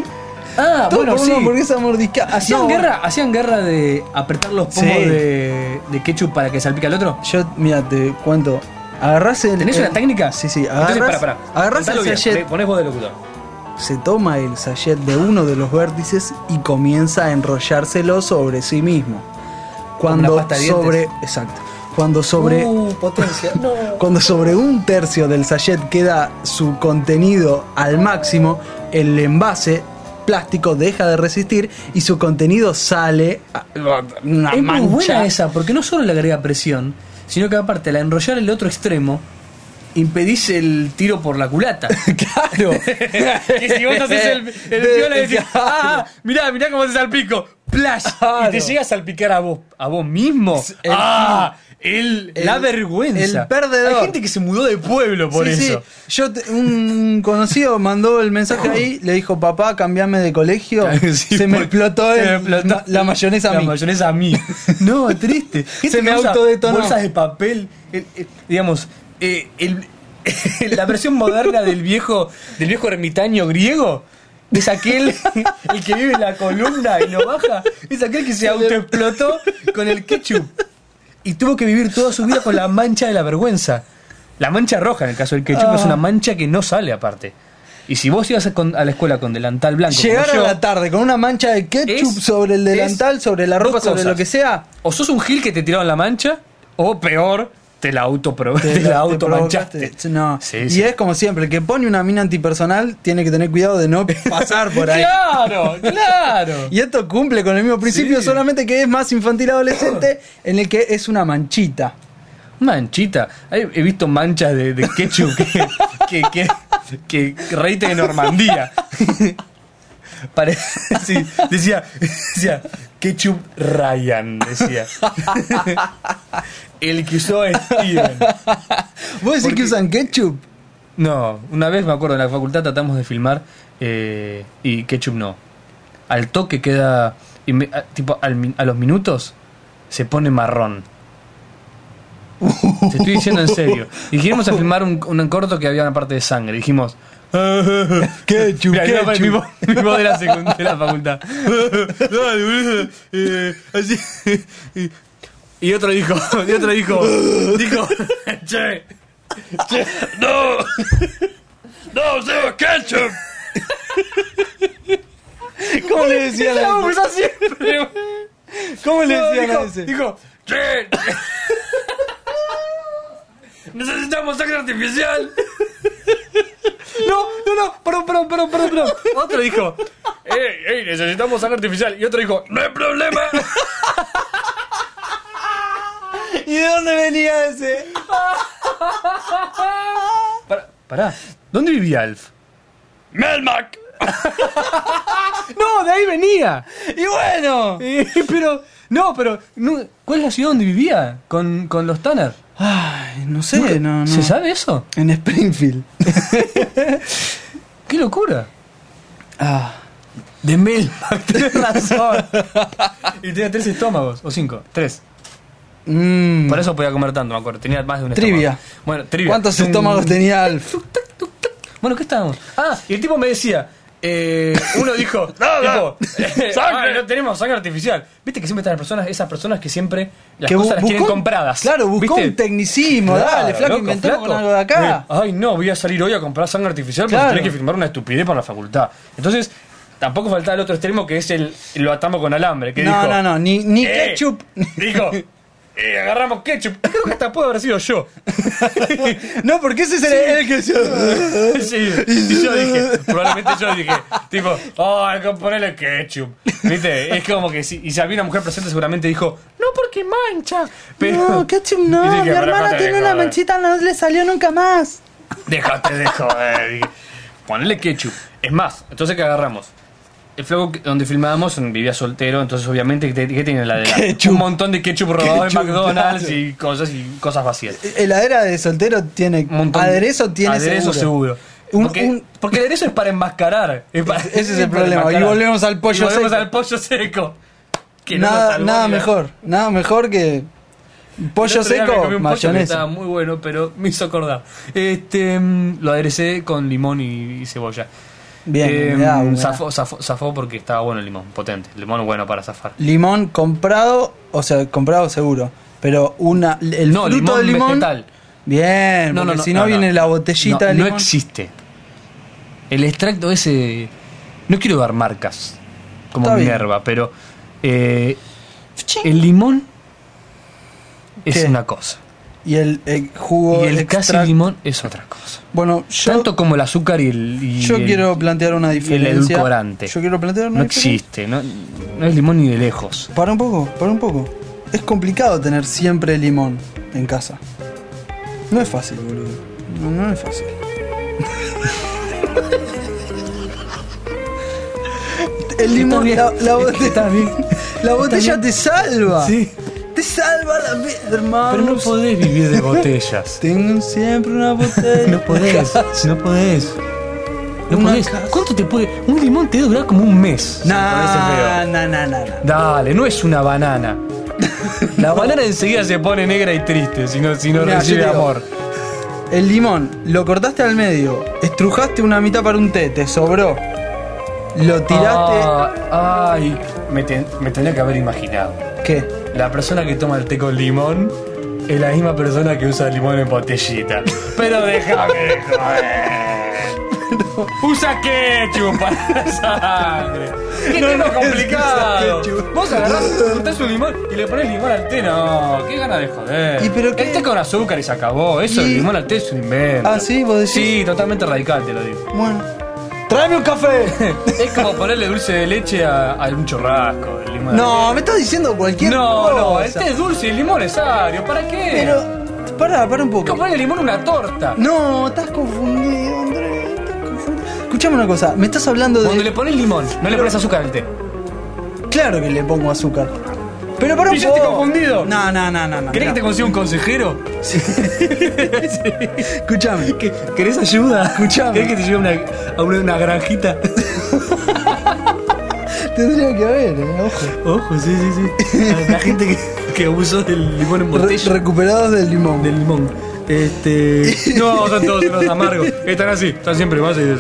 B: Ah,
A: Todo
B: bueno,
A: por
B: sí.
A: una hamburguesa mordiscada.
B: ¿Hacían,
A: No.
B: guerra, ¿Hacían guerra de apretar los pomos
A: Sí.
B: de, de ketchup para que salpica el otro?
A: Yo, mira, te cuento. Agarrás el.
B: ¿Tenés
A: el-
B: una técnica?
A: Eh, Sí, sí.
B: Entonces,
A: Agarrás,
B: pará, pará.
A: agarrás
B: Contalo
A: el
B: bien,
A: sachet,
B: poné- Ponés vos de locutor.
A: se toma el sachet de uno de los vértices y comienza a enrollárselo sobre sí mismo.
B: una
A: Cuando
B: pasta de dientes.
A: sobre. Exacto. Cuando sobre.
B: Uh, potencia. No.
A: Cuando sobre un tercio del sachet queda su contenido al máximo, el envase plástico deja de resistir y su contenido sale a- una
B: es
A: mancha.
B: muy buena esa, porque no solo le agrega presión, sino que aparte al enrollar el otro extremo, impedís el tiro por la culata.
A: Claro.
B: que si vos haces el, el
A: De-
B: tío le decís,
A: claro.
B: ah, ah, mirá, mirá cómo se salpico, plash, y
A: Claro.
B: te llega a salpicar a vos, a vos mismo.
A: el-
B: ah, El,
A: El-
B: la vergüenza.
A: el perdedor.
B: Hay gente que se mudó de pueblo por
A: sí,
B: eso.
A: sí. Yo te- un conocido mandó el mensaje ahí, le dijo, papá, cambiame de colegio.
B: Sí,
A: se me
B: porque-
A: explotó,
B: se
A: el-
B: me explotó
A: ma- la mayonesa a
B: La
A: mí.
B: mayonesa a mí. no, triste.
A: Se me
B: usa
A: autodetonó.
B: Bolsas de papel. el- el- digamos, eh, el- la versión moderna del viejo, del viejo ermitaño griego. Es aquel el que vive en la columna y lo baja. Es aquel que se autoexplotó con el ketchup. Y tuvo que vivir toda su vida con la mancha de la vergüenza. La mancha roja, en el caso del ketchup,
A: Ah.
B: es una mancha que no sale aparte. Y si vos ibas a, con- a la escuela con delantal blanco, como
A: Llegar
B: yo,
A: a la tarde con una mancha de ketchup
B: Es-
A: sobre el delantal,
B: es
A: sobre la
B: dos
A: ropa, sobre
B: cosas.
A: lo que sea.
B: O sos un gil que te tiraron la mancha, o peor, te la auto
A: te
B: te, la automanchaste.
A: provocaste. No.
B: Sí,
A: y
B: sí.
A: es como siempre, el que pone una mina antipersonal tiene que tener cuidado de no pasar por ahí.
B: Claro, claro.
A: Y esto cumple con el mismo principio,
B: Sí.
A: solamente que es más infantil adolescente, en el que es una manchita.
B: Manchita. He he visto manchas de, de ketchup que, que, que, que, que reíte de Normandía. Pare- sí, decía, decía, ketchup Ryan, decía. El que usó Steven.
A: ¿Vos decís
B: Porque-
A: que usan ketchup?
B: No, una vez me acuerdo en la facultad tratamos de filmar eh, y ketchup no. Al toque queda, y me- a, tipo al min- a los minutos se pone marrón. Te estoy diciendo en serio. Y queríamos a filmar un, un corto que había una parte de sangre. Dijimos.
A: Ketchup,
B: Mira, mira,
A: ketchup.
B: mi voz- mi voz de la secund- de la facultad. Dale, boludo. Eh, así. Y otro dijo, y otro dijo, dijo, che, che, no, no, se ketchup.
A: ¿Cómo le decían a ese?
B: siempre.
A: ¿Cómo le
B: No,
A: decían a
B: dijo,
A: ese?
B: dijo, che, necesitamos sangre artificial. No, no, no, perdón, perdón, perdón, perdón, perdón. Otro dijo, ey, ey, necesitamos sangre artificial. Y otro dijo, no hay problema.
A: ¿Y de dónde venía ese?
B: Pará, pará. ¿Dónde vivía Alf? Melmac. No, de ahí venía.
A: Y bueno.
B: Eh, pero, no, pero, no, ¿cuál es la ciudad donde vivía? Con, con los Tanner.
A: Ay, no sé, no, no.
B: ¿Se sabe eso?
A: En Springfield.
B: ¡Qué locura!
A: Ah.
B: De Melmac, tenés razón. y tenía tres estómagos, o cinco, tres.
A: Mm.
B: Por eso podía comer tanto, me acuerdo. Tenía más de un
A: Trivia.
B: estómago. Bueno, trivia.
A: ¿Cuántos
B: Tum,
A: estómagos tenía Alf?
B: tuk, tac, tuk, tac. Bueno, ¿qué estábamos? Ah, y el tipo me decía. eh, uno dijo, tipo, eh, "Ay, no tenemos sangre artificial. Viste que siempre están las personas, esas personas que siempre las
A: Que bu-
B: cosas las quieren
A: buscó-
B: compradas.
A: Claro, buscó
B: ¿viste?
A: un tecnicismo, dale,
B: Claro,
A: flaco,
B: loco,
A: inventemos
B: flaco.
A: algo de acá.
B: Eh, Ay, no, voy a salir hoy a comprar sangre artificial porque
A: Claro.
B: tenés que firmar una estupidez para la facultad. Entonces, tampoco faltaba el otro extremo que es el lo atamos con alambre. Que
A: No,
B: dijo,
A: no, no, ni, ni
B: "Eh",
A: ketchup.
B: Dijo, "Eh, agarramos ketchup. Creo que hasta puede haber sido yo.
A: No, porque ese es el, el que se...
B: Sí, y yo dije, probablemente yo dije, tipo, oh, hay que ponerle ketchup. ¿Viste? Es como que si, y si había una mujer presente seguramente dijo, no porque mancha. Pero,
A: No, ketchup no,
B: Y dije,
A: mi
B: "Pero
A: hermana
B: dejate de
A: tiene una
B: joder".
A: manchita, no le salió nunca más.
B: Déjate de joder. dije. Ponele ketchup. Es más, entonces ¿qué agarramos? El flaco que- donde filmábamos en- vivía soltero, entonces obviamente ¿qué, qué tiene la de
A: Ketchup.
B: Un montón de ketchup robado de
A: Ketchup,
B: McDonald's
A: claro.
B: y cosas y cosas vacías.
A: Heladera de soltero tiene...
B: Un montón de-
A: Aderezo tiene
B: aderezo seguro.
A: Un-
B: porque,
A: un-
B: porque el aderezo es para enmascarar. es para-
A: Ese es el
B: para
A: problema,
B: enmascarar.
A: y volvemos al pollo
B: Y volvemos
A: seco.
B: al pollo seco. Que no nos
A: Nada,
B: salvó
A: nada
B: ni la-
A: mejor, nada mejor que pollo
B: El otro día me
A: seco,
B: comí un pollo que
A: mayonesa.
B: Estaba muy bueno, pero me hizo acordar. Este, mm, lo aderecé con limón y- y cebolla.
A: Bien,
B: Eh,
A: humedad, humedad.
B: zafó, zafó- zafó porque estaba bueno el limón, potente. El limón bueno para zafar.
A: Limón comprado, o sea, comprado seguro, pero una el
B: No,
A: fruto
B: limón
A: de limón.
B: vegetal.
A: Bien, no, si no, viene la botellita
B: no,
A: de limón.
B: No existe. El extracto ese. No quiero dar marcas como
A: Está bien.
B: Minerva, pero. eh,
A: Ching.
B: el limón es
A: ¿Qué?
B: una cosa.
A: Y el, el jugo
B: Y el
A: extract-
B: casi limón es otra cosa.
A: Bueno, yo,
B: Tanto como el azúcar y el. y
A: yo
B: el-
A: quiero plantear una
B: y el
A: diferencia.
B: edulcorante.
A: Yo quiero plantear una
B: No
A: diferencia.
B: existe. No, no es limón ni de lejos.
A: Para un poco, para un poco. Es complicado tener siempre limón en casa. No es fácil, boludo. No, no es fácil. El limón, la,
B: Está bien.
A: la
B: Es que
A: botella,
B: está bien.
A: la botella te salva.
B: Sí.
A: Te salva la también, hermano.
B: Pero no podés vivir de botellas.
A: Tengo siempre una botella.
B: No podés, no podés. No
A: Una
B: podés.
A: casa.
B: ¿Cuánto te puede.? Un limón te debe durar como un mes. si me parece
A: Nah,
B: feo.
A: nah, nah, nah, nah.
B: Dale, no es una banana. La banana enseguida se pone negra y triste si no, si no
A: Mirá,
B: recibe
A: yo te digo,
B: amor.
A: El limón, lo cortaste al medio, estrujaste una mitad para un té, te sobró. Lo tiraste.
B: Ah, ay, me, ten- me tendría que haber imaginado.
A: ¿Qué?
B: La persona que toma el té con limón es la misma persona que usa limón en botellita. Pero déjame de joder. Usa ketchup para la sangre. Qué
A: No,
B: tema
A: no es
B: complicado.
A: usa ketchup.
B: Vos agarrás, juntás un limón y le pones limón al té. No, qué gana de joder.
A: ¿Y pero qué?
B: El té con azúcar y se acabó. Eso,
A: ¿Y?
B: el limón al té es un invento.
A: Ah, ¿sí? ¿Vos decís?
B: Sí, totalmente radical, te lo digo.
A: Bueno. ¡Tráeme un café!
B: Es como ponerle dulce de leche a, a un churrasco. el limón al
A: no, me estás diciendo cualquier
B: no,
A: cosa.
B: no, este es dulce y limón es agrio, ¿para qué?
A: Pero. Pará, pará un
B: Hay que
A: poco.
B: ponerle limón a una torta.
A: No, estás confundido, Andrés. Estás confundido. Escuchame una cosa, me estás hablando de.
B: Cuando le pones limón, no le pones azúcar al té.
A: Claro que le pongo azúcar. Pero para
B: Y
A: un
B: yo estoy
A: poco.
B: confundido.
A: No, no, no, no. no
B: ¿Querés que te
A: no.
B: consiga un consejero?
A: Escuchame.
B: ¿Qué- ¿Querés ayuda?
A: Escuchame.
B: ¿Querés que te lleve a una, a una, una granjita?
A: Tendría que haber, eh, ojo.
B: Ojo, sí, sí, sí. A la gente que, que abusó del limón en
A: Re-
B: botella.
A: recuperados del limón.
B: del limón. Este. No, están todos en los amargos. Están así, están siempre más y de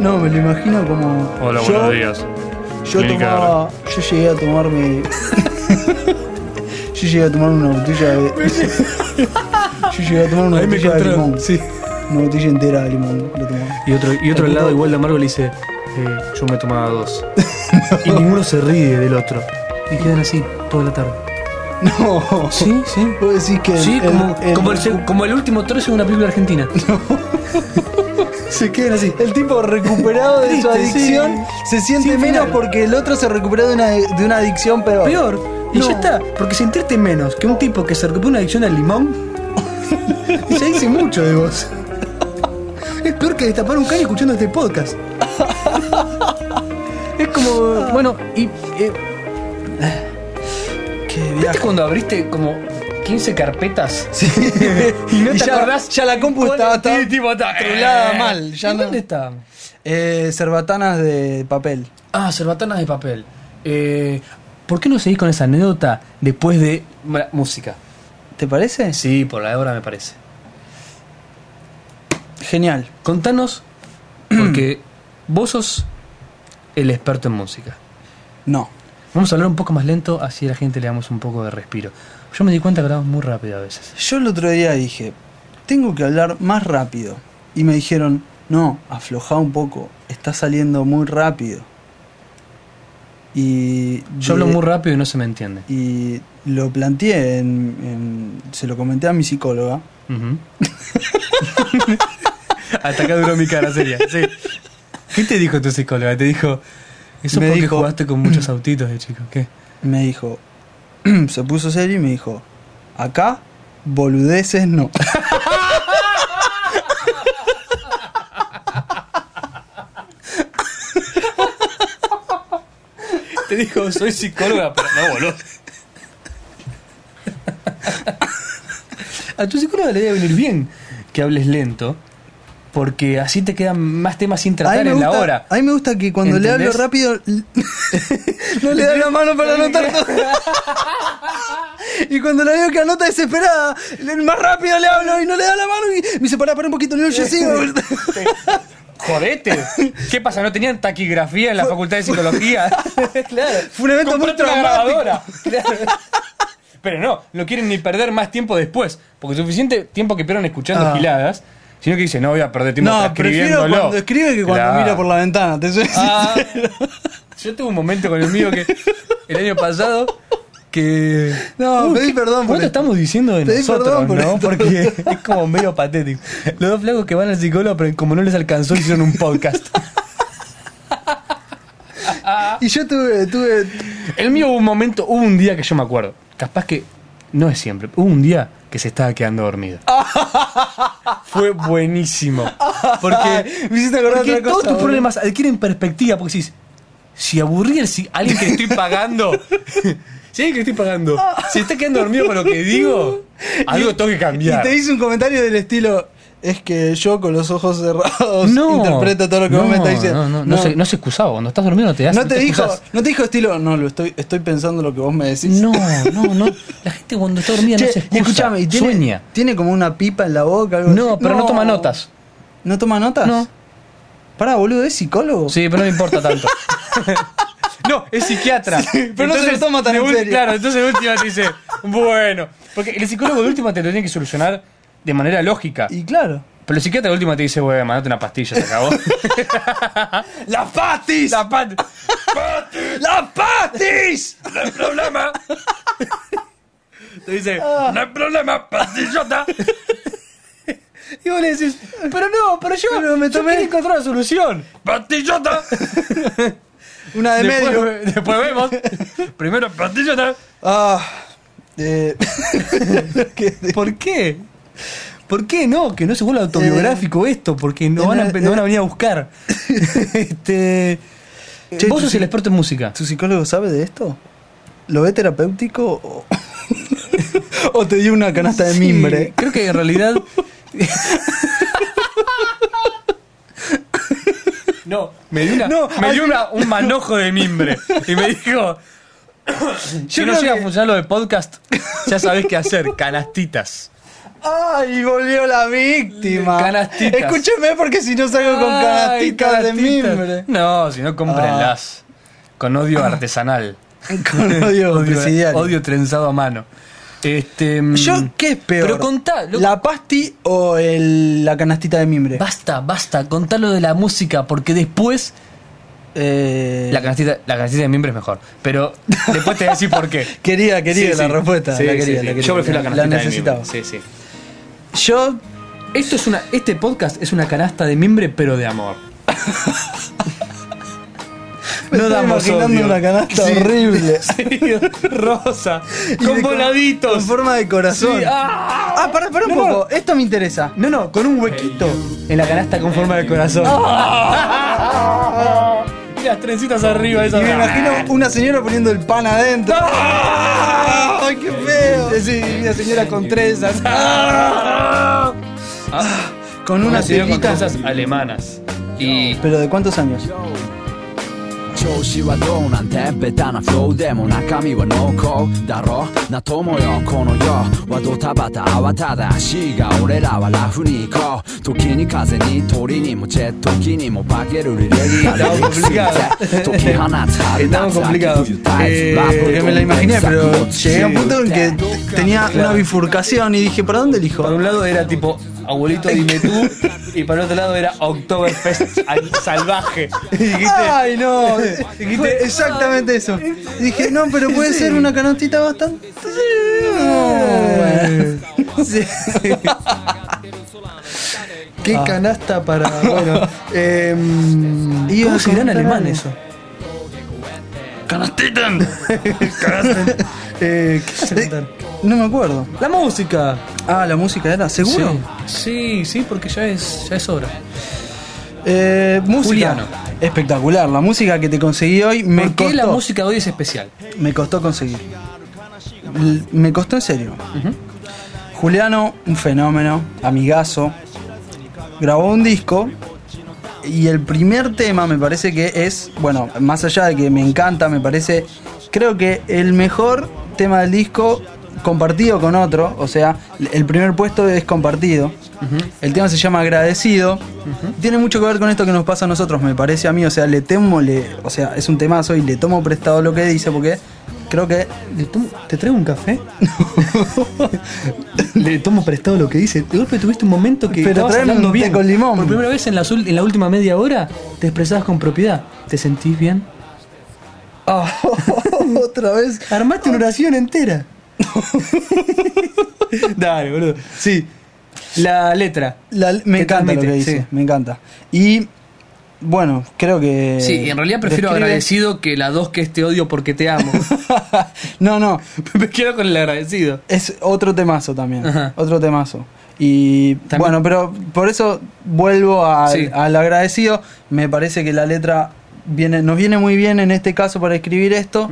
A: No, me lo imagino como.
B: Hola,
A: yo,
B: buenos días.
A: Yo
B: Clínica
A: tomaba. Yo llegué a tomarme. yo llegué a tomar una botella de. yo llegué a tomar una
B: Ahí me
A: botella de
B: encontraron,
A: limón.
B: sí.
A: Una botella entera de limón. la tomaba.
B: Y otro, y otro al lado, igual de amargo, le dice: eh, Yo me tomaba dos. Y ninguno se ríe del otro. Y quedan así toda la tarde.
A: No.
B: Sí, sí.
A: Vos decís que.
B: Sí,
A: el-
B: como,
A: el-
B: como, el, se- como el último trozo de una película argentina.
A: Se quedan así. El tipo recuperado de su
B: Triste, sí.
A: adicción se siente
B: Sin
A: menos
B: final.
A: porque el otro se recuperó de una, de una adicción peor.
B: Peor. Y
A: No.
B: ya está. Porque sentirte menos que un tipo que se recuperó una adicción al limón. ya dice mucho de vos. Es peor que destapar un caño escuchando este podcast. Es como. Bueno, y. eh,
A: Qué
B: ¿Viste
A: viaje.
B: cuando abriste como 15 carpetas?
A: Sí.
B: Y no te
A: ya,
B: acordás
A: ya la compu
B: cuál-
A: estaba tan
B: Sí, tipo, está-
A: trulada
B: eh.
A: mal. Ya
B: ¿Y
A: no-
B: ¿Dónde estábamos?
A: Eh, cerbatanas de papel.
B: Ah, cerbatanas de papel. Eh, ¿Por qué no seguís con esa anécdota después de la música?
A: ¿Te parece?
B: Sí, por la hora me parece.
A: Genial.
B: Contanos, porque vos sos el experto en música.
A: No.
B: Vamos a hablar un poco más lento, así a la gente le damos un poco de respiro. Yo me di cuenta que hablamos muy rápido a veces.
A: Yo el otro día dije, tengo que hablar más rápido. Y me dijeron, no, aflojá un poco, está saliendo muy rápido. Y
B: Yo
A: de-
B: hablo muy rápido y no se me entiende.
A: Y lo planteé, en- en- se lo comenté a mi psicóloga.
B: Ujú. Hasta acá duró mi cara seria. Sí. ¿Qué te dijo tu psicóloga? Te dijo. Eso
A: Me
B: porque
A: dijo-
B: jugaste con muchos autitos de chico. ¿Qué?
A: Me dijo, se puso serio y me dijo, acá boludeces no.
B: Te dijo, soy psicóloga, pero no, boludo. A tu psicóloga le debe venir bien que hables lento, porque así te quedan más temas sin
A: A mí
B: tratar
A: me
B: en la
A: gusta-
B: hora.
A: A mí me gusta que cuando le hablo
B: ¿Entendés?
A: rápido, no le da la mano para anotar todo. Y cuando la veo que anota desesperada, le- más rápido le hablo y no le da la mano y me dice, pará, pará un poquito, no, yo sigo.
B: ¡Jodete! ¿Qué pasa? ¿No tenían taquigrafía en la facultad de psicología? claro.
A: Fue un evento muy
B: Comprate una
A: traumático.
B: grabadora. Claro. Pero no, no quieren ni perder más tiempo después, porque suficiente tiempo que pierdan escuchando
A: Ah.
B: giladas, sino que dicen, no voy a perder tiempo
A: No, prefiero
B: transcribiéndolo.
A: cuando escribe que cuando
B: Claro.
A: mira por la ventana, te soy
B: Ah,
A: sincero.
B: yo tuve un momento con el mío que el año pasado que
A: No, pedí
B: ¿qué-
A: perdón por
B: ¿Cuánto
A: esto.
B: estamos diciendo de
A: Pedí
B: nosotros,
A: perdón por
B: no?
A: esto.
B: Porque es como medio patético. Los dos flacos que van al psicólogo, pero como no les alcanzó hicieron un podcast.
A: Y yo tuve, tuve,
B: El mío hubo un momento, hubo un día que yo me acuerdo. Capaz que no es siempre. Hubo un día que se estaba quedando dormido. Fue buenísimo. Porque
A: me hiciste acordar
B: Porque
A: otra cosa.
B: todos tus
A: boludo.
B: problemas adquieren perspectiva, porque decís, si aburrir si alguien que estoy pagando
C: Sí, que estoy pagando. Si está quedando dormido con lo que digo, algo tengo que
A: Y
C: cambiar.
A: te hice un comentario del estilo. Es que yo con los ojos cerrados interpreto todo lo que vos me estás diciendo.
B: No, no, no se, no se excusaba. Cuando estás dormido no te das
A: No te, dijo,
B: excusás.
A: no te dijo estilo, no, lo estoy, estoy pensando lo que vos me decís.
B: No, no, no. La gente cuando está dormida
A: Che,
B: no se
A: y
B: excusa.
A: escúchame, ¿y tiene,
B: Sueña.
A: tiene como una pipa en la boca, algo
B: No,
A: así?
B: pero no. toma notas.
A: ¿No toma notas?
B: No.
A: Pará, boludo, ¿es psicólogo?
B: Sí, pero no le importa tanto.
C: No, es psiquiatra.
A: pero no se lo toma tan
C: de
A: en
C: ul-
A: serio.
C: Claro, entonces de última te dice, bueno. Porque el psicólogo de última te lo tiene que solucionar de manera lógica.
A: Y claro.
C: Pero el psiquiatra de última te dice, bueno, mandate una pastilla, se acabó.
A: ¡Las patis!
C: La pat-
A: ¡Las patis!
C: No hay problema. Te dice, no hay problema, pastillota. Y vos le decís, pero no, pero yo,
A: Pero me
C: yo
A: tomé-
C: quería encontrar la solución. ¡Pastillota!
A: Una de medio.
C: Después, después vemos. Primero, pastillota.
A: Ah. eh, ¿Qué?
C: ¿Por qué? ¿Por qué no? Que no se vuelva autobiográfico esto, porque no
A: eh,
C: van, a,
A: eh,
C: no van a venir a buscar. este,
A: Che,
B: Vos
A: tú
B: sos
A: sí-
B: el experto en música.
A: ¿Tu psicólogo sabe de esto? ¿Lo ve terapéutico o, o te dio una canasta de
B: Sí,
A: mimbre?
B: Creo que en realidad.
C: No, me dio, una-
A: No,
C: me dio una- un manojo de mimbre y me dijo: Si no
A: creo
C: llega
A: que-
C: a funcionar lo de podcast, ya sabés qué hacer, canastitas.
A: ¡Ay, volvió la víctima!
B: Canastitas.
A: Escúcheme porque si no salgo con
C: Ay,
A: canastitas, de
C: canastitas.
A: mimbre. Ah.
C: No, si no, cómprenlas. Con odio artesanal.
A: Con odio, presidiario.
C: odio trenzado a mano. Este, mm,
A: Yo, ¿qué es peor?
B: Pero contá, loco.
A: ¿La pasti o el- la canastita de mimbre?
B: Basta, basta, contá lo de la música, porque después.
A: Eh,
B: La canastita, la canastita de mimbre es mejor. Pero después te voy a decir por qué.
A: Quería, quería
B: Sí,
A: la
B: sí.
A: respuesta.
B: Sí,
A: la
B: sí,
A: quería,
B: sí.
A: la quería.
B: Yo prefiero la canastita de
A: necesitaba.
B: mimbre. Sí, sí.
A: Yo,
B: Esto es una, este podcast es una canasta de mimbre, pero de amor.
A: Me estoy imaginando una canasta horrible.
C: rosa,
A: Y de
C: con
A: co-
C: voladitos.
A: Con forma de corazón.
C: Sí, ah.
A: Ah, pará, pará un
C: No, no.
A: poco. Esto me interesa.
C: No, no, con un huequito.
B: En la canasta con forma de corazón.
C: Y las trencitas arriba,
A: Y
C: esas.
A: me imagino
B: Ah,
A: una señora poniendo el pan adentro.
B: Ah.
A: ¡Ay, qué feo! Sí, una señora con trenzas.
C: Ah.
A: Con una
B: señora con
A: telita.
B: cosas alemanas. Y
A: ¿Pero de cuántos años?
D: 調子はどうなんてベタなフローでも中身は濃厚だろなともよこの世はドタバタ慌ただしいが俺らはラフに行こう時に風に鳥にもジェット機にも化けるリレ ーになる
A: Estamos complicados.
D: 解き放つ春
A: Estamos
D: 夏秋
A: complicados.
D: 冬
B: Ah,
D: タイ
A: Eh,
D: プラブ
A: porque me la imaginé,
D: どん
A: pero
D: どん
A: llegué a un punto en que t- tenía una bifurcación y dije, ¿para dónde elijo?
B: por un lado era tipo abuelito dime tú. Y para el otro lado era Oktoberfest al- salvaje.
A: Y dijiste, ¡Ay, no! Fue exactamente eso. Y dije, no, pero puede ser una canastita bastante. Sí.
B: Qué canasta para. Bueno.
A: Y
B: ¿Cómo
A: iba a
B: se dirá en
A: contar
B: alemán
A: algo.
B: eso?
A: Eh, ¿qué se contar? no me acuerdo.
B: La música.
A: Ah, la música era, seguro.
B: Sí, sí, porque ya es, ya es hora.
A: Eh, música.
B: Juliano.
A: Espectacular, la música que te conseguí hoy me
B: ¿Por qué
A: costó.
B: la música de hoy es especial?
A: Me costó conseguir. L- me costó en serio. Juliano, un fenómeno, amigazo, grabó un disco y el primer tema me parece que es, bueno, más allá de que me encanta, me parece, creo que el mejor tema del disco compartido con otro, o sea, el primer puesto es compartido. El tema se llama Agradecido. Tiene mucho que ver con esto que nos pasa a nosotros, me parece a mí. O sea, le temo, le, o sea, es un temazo y le tomo prestado lo que dice porque creo que
B: ¿Te traigo un café? Le tomo prestado lo que dice. De golpe tuviste un momento que
A: Pero
B: estabas
A: tráeme
B: hablando
A: un té
B: bien.
A: con limón.
B: Por primera vez en la, sul- en la última media hora te expresabas con propiedad. ¿Te sentís bien?
A: otra vez
B: Armaste una oración entera. Dale, boludo. Sí. La letra.
A: La- me encanta
B: Te
A: lo
B: transmite,
A: que dice,
B: sí.
A: me encanta. Y bueno, creo que.
B: Sí, en realidad prefiero
A: describe-
B: agradecido que la dos que este odio porque te amo.
A: no, no,
B: Me quedo con el agradecido.
A: es otro temazo también.
B: Ajá.
A: Otro temazo. Y
B: También-
A: bueno, pero por eso vuelvo al,
B: Sí.
A: al agradecido. Me parece que la letra viene, nos viene muy bien en este caso para escribir esto.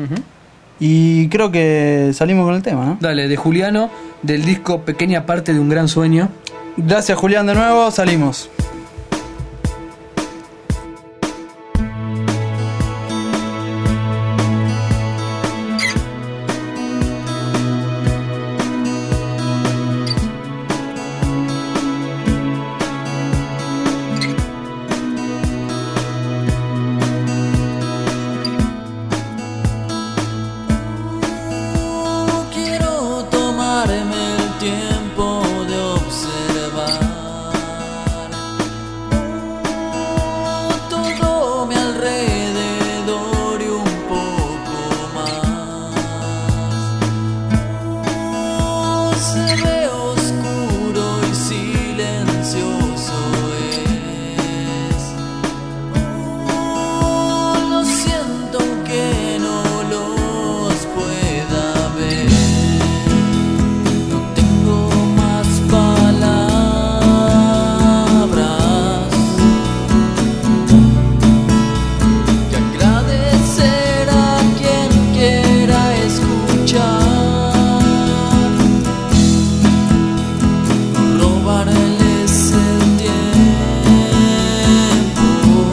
A: Y creo que salimos con el tema, ¿no?
B: Dale, de Juliano, del disco Pequeña parte de un gran sueño.
A: Gracias Julián de nuevo, salimos.
E: No quiero tomarme el tiempo de observar todo mi alrededor y un poco más. Se ve oscuro y silencioso es. Oh, lo siento que no los pueda ver. No tengo más palabras que agradecer a quien quiera escuchar. Robarles el tiempo.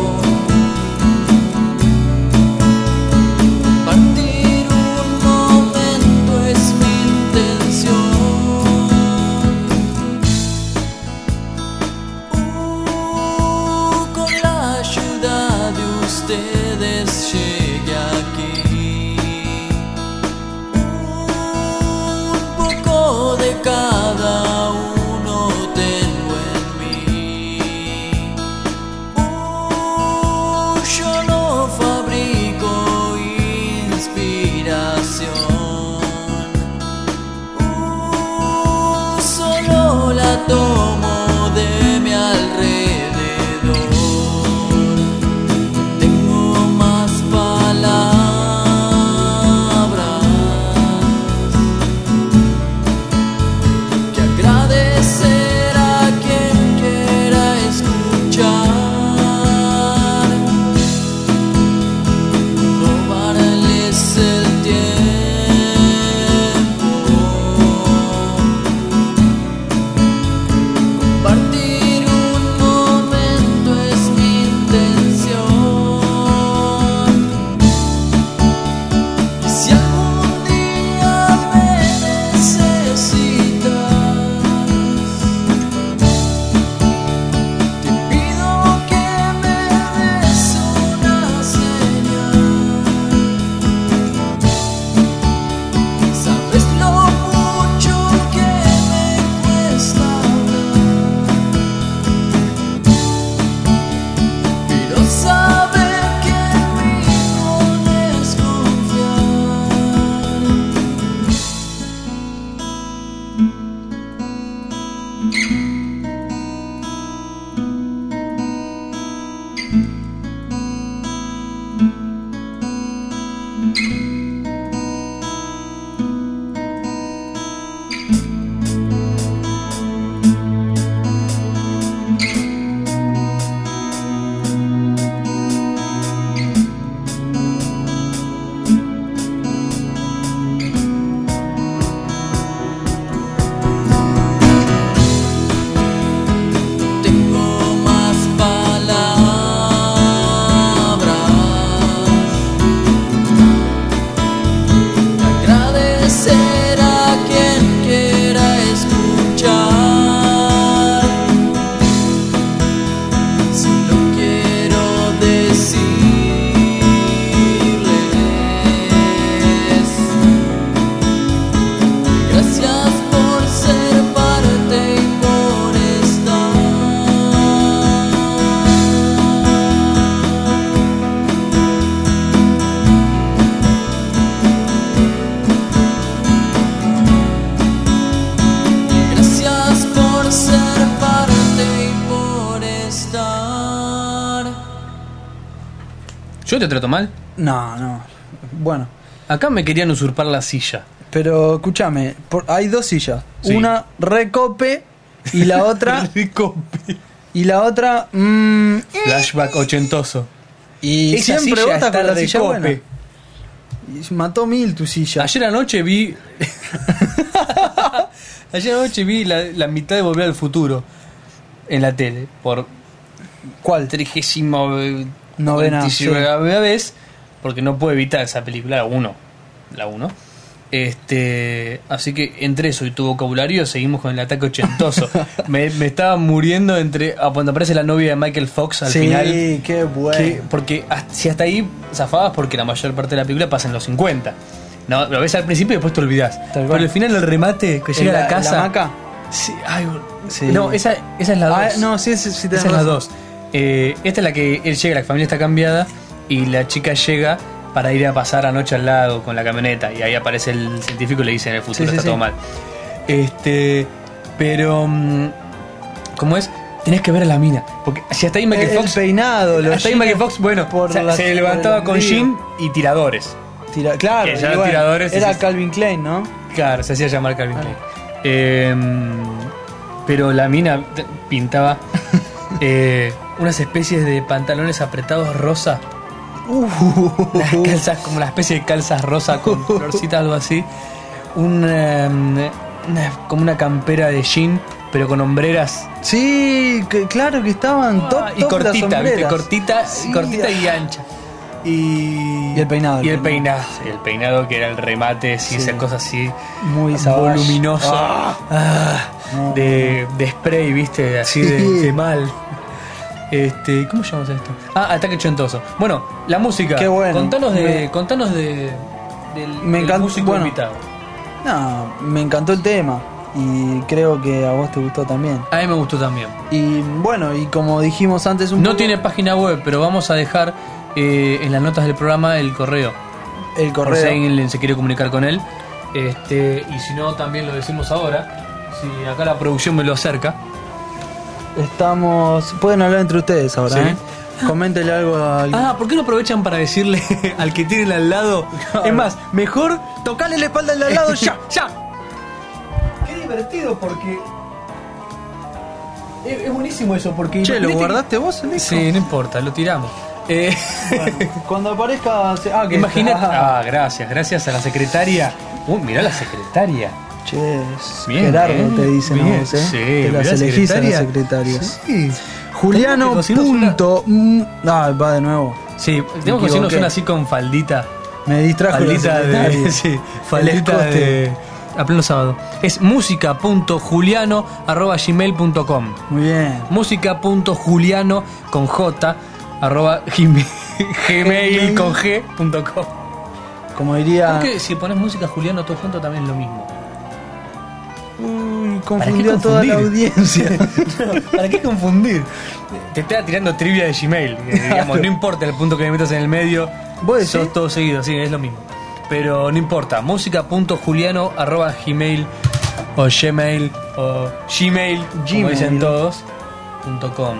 E: Partir un momento es mi intención. Oh, con la ayuda de ustedes llegué aquí. Uh, Un poco de cada uno tengo en mí. Oh, yo no fabrico inspiración. Oh, solo la tomo de mi alrededor. No tengo más palabras que agradecer a quien quiera escuchar, robarles el tiempo, compartir un momento es mi intención. Y si algún día me necesitas, te pido que me des una señal. Sabes lo mucho que me cuesta hablar, pero saber que en mí no desconfiar. Tengo más palabras que agradecer a quien quiera escuchar. Si no quiero decirles Gracias por ser parte y por estar. Gracias por ser parte y por estar.
B: Yo te trato mal.
A: No, no. Bueno,
B: Acá me querían usurpar la silla.
A: pero escúchame, por- hay dos sillas.
B: Sí.
A: Una recope y la otra y la otra mm,
B: Flashback ochentoso.
A: y
B: Esa
A: siempre
B: silla
A: vota
B: está
A: con la
B: de
A: silla
B: cope.
A: buena. Y mató mil tu silla.
B: Ayer anoche vi. Ayer anoche vi la, la mitad de Volver al Futuro en la tele. Por
A: ¿Cuál?
B: trigésimo eh,
A: Novena,
B: 49ª vez. Porque no puedo evitar esa película, la 1. La 1. Este, así que entre eso y tu vocabulario seguimos con el ataque ochentoso. me, me estaba muriendo entre ah, cuando aparece la novia de Michael Fox al
A: sí,
B: final.
A: qué bueno.
B: Que- porque hasta- si hasta ahí zafabas porque la mayor parte de la película pasa en los 50. No, lo ves al principio y después te olvidas.
A: Tal cual.
B: Pero al final el remate que llega
A: ¿En
B: a la casa.
A: ¿La hamaca?
B: Sí, ay, bol-
A: Sí.
B: No, esa, esa es la 2.
A: Ah, no, sí, sí, sí, tenés
B: esa es la
A: razón.
B: 2. esta es la que él llega, la familia está cambiada y la chica llega para ir a pasar anoche al lado con la camioneta y ahí aparece el científico y le dice en el futuro
A: Sí, sí,
B: está
A: sí.
B: todo mal. Este, pero mm, ¿cómo es? Tenés que ver a la mina, porque si hasta ahí Michael
A: El- el
B: Fox
A: peinado, los
B: hasta ahí Michael Fox, bueno,
A: por
B: o sea,
A: las-
B: se
A: por
B: levantaba
A: el
B: con
A: ombligo.
B: jean y tiradores.
A: Tira- claro,
B: Que ya
A: y
B: los
A: bueno,
B: tiradores
A: era
B: es-
A: Calvin Klein, ¿no?
B: Claro, se hacía llamar Calvin Klein. Em, pero la mina t- pintaba eh, unas especies de pantalones apretados rosa. Uh. Unas
A: Uh-huh.
B: calzas, como una especie de calzas rosa con florcita, algo así. Un, em, una- como una campera de jean, pero con hombreras.
A: Sí, que- claro que estaban top,
B: Ah,
A: top Ah,
B: y
A: las
B: cortita, ¿viste?
A: sombreras.
B: Cortita,
A: Sí,
B: cortita y
A: ah.
B: ancha. Y,
A: Y el peinado,
B: Y el
A: el peinado.
B: peinado. El peinado que era el remate, sí,
A: Sí.
B: esa cosa así ah,
A: Muy savage.
B: voluminoso Ah,
A: No,
B: de, de spray, viste, así de,
A: Sí.
B: de mal. Este, ¿cómo llamamos a esto? Ah, ataque chontoso. Bueno, la música.
A: Qué bueno.
B: Contanos de,
A: Me-
B: contanos de del,
A: Me
B: del
A: encanta-
B: músico
A: bueno.
B: invitado.
A: No, me encantó el tema y creo que a vos te gustó también.
B: A mí me gustó también.
A: Y bueno, y como dijimos antes un
B: No
A: poco,
B: tiene página web, pero vamos a dejar eh, en las notas del programa el correo.
A: el
B: Por si
A: correo.
B: alguien se quiere comunicar con él. Este, y si no, también lo decimos ahora. Si acá la producción me lo acerca.
A: Estamos, pueden hablar entre ustedes ahora,
B: Sí.
A: ¿eh? Coméntele algo a alguien.
B: Ah, ¿por qué no aprovechan para decirle al que tienen al lado? Es más, mejor
A: tocale la espalda al de al lado ya.
B: ya. Qué divertido porque es, es buenísimo eso porque
A: Che, ¿lo guardaste
B: imagínate
A: vos el
B: que-
A: disco?
B: Sí, no importa, lo tiramos. Eh,
A: Bueno, cuando aparezca se- ah, que
B: imagínate.
A: ah,
B: Ah, gracias, gracias a la secretaria. Uy, mirá la secretaria.
A: Che,
B: Bien,
A: Gerardo
B: eh,
A: te dicen a
B: bien,
A: vos, ¿eh?
B: sí,
A: te las
B: mirá,
A: elegís a las
B: secretaria.
A: secretarias.
B: Sí.
A: Juliano
B: Tenemos que cocinarnos
A: punto. mm, Ah, va de nuevo.
B: Sí, tenemos que hacernos
A: equivoqué.
B: una así con faldita.
A: Me distrajo la
B: Faldita
A: secretaria.
B: de. Sí,
A: El
B: faldita
A: escote.
B: de. A pleno sábado. Es música.juliano.gmail.com
A: Muy bien.
B: música.juliano con j arroba gmail, gmail con g punto com.
A: Como diría.
B: Creo que si pones música Juliano todo junto también es lo mismo.
A: Uy,
B: ¿Para qué
A: confundió a toda la
B: confundir?
A: audiencia.
B: ¿Para qué confundir? Te estaba tirando trivia de Gmail. eh, Digamos, no importa el punto que le metas en el medio.
A: ¿Vos decís?
B: Sos todo seguido, sí, es lo mismo. Pero no importa. Música.juliano arroba gmail o gmail o gmail, como
A: Gmail.
B: dicen todos, punto com.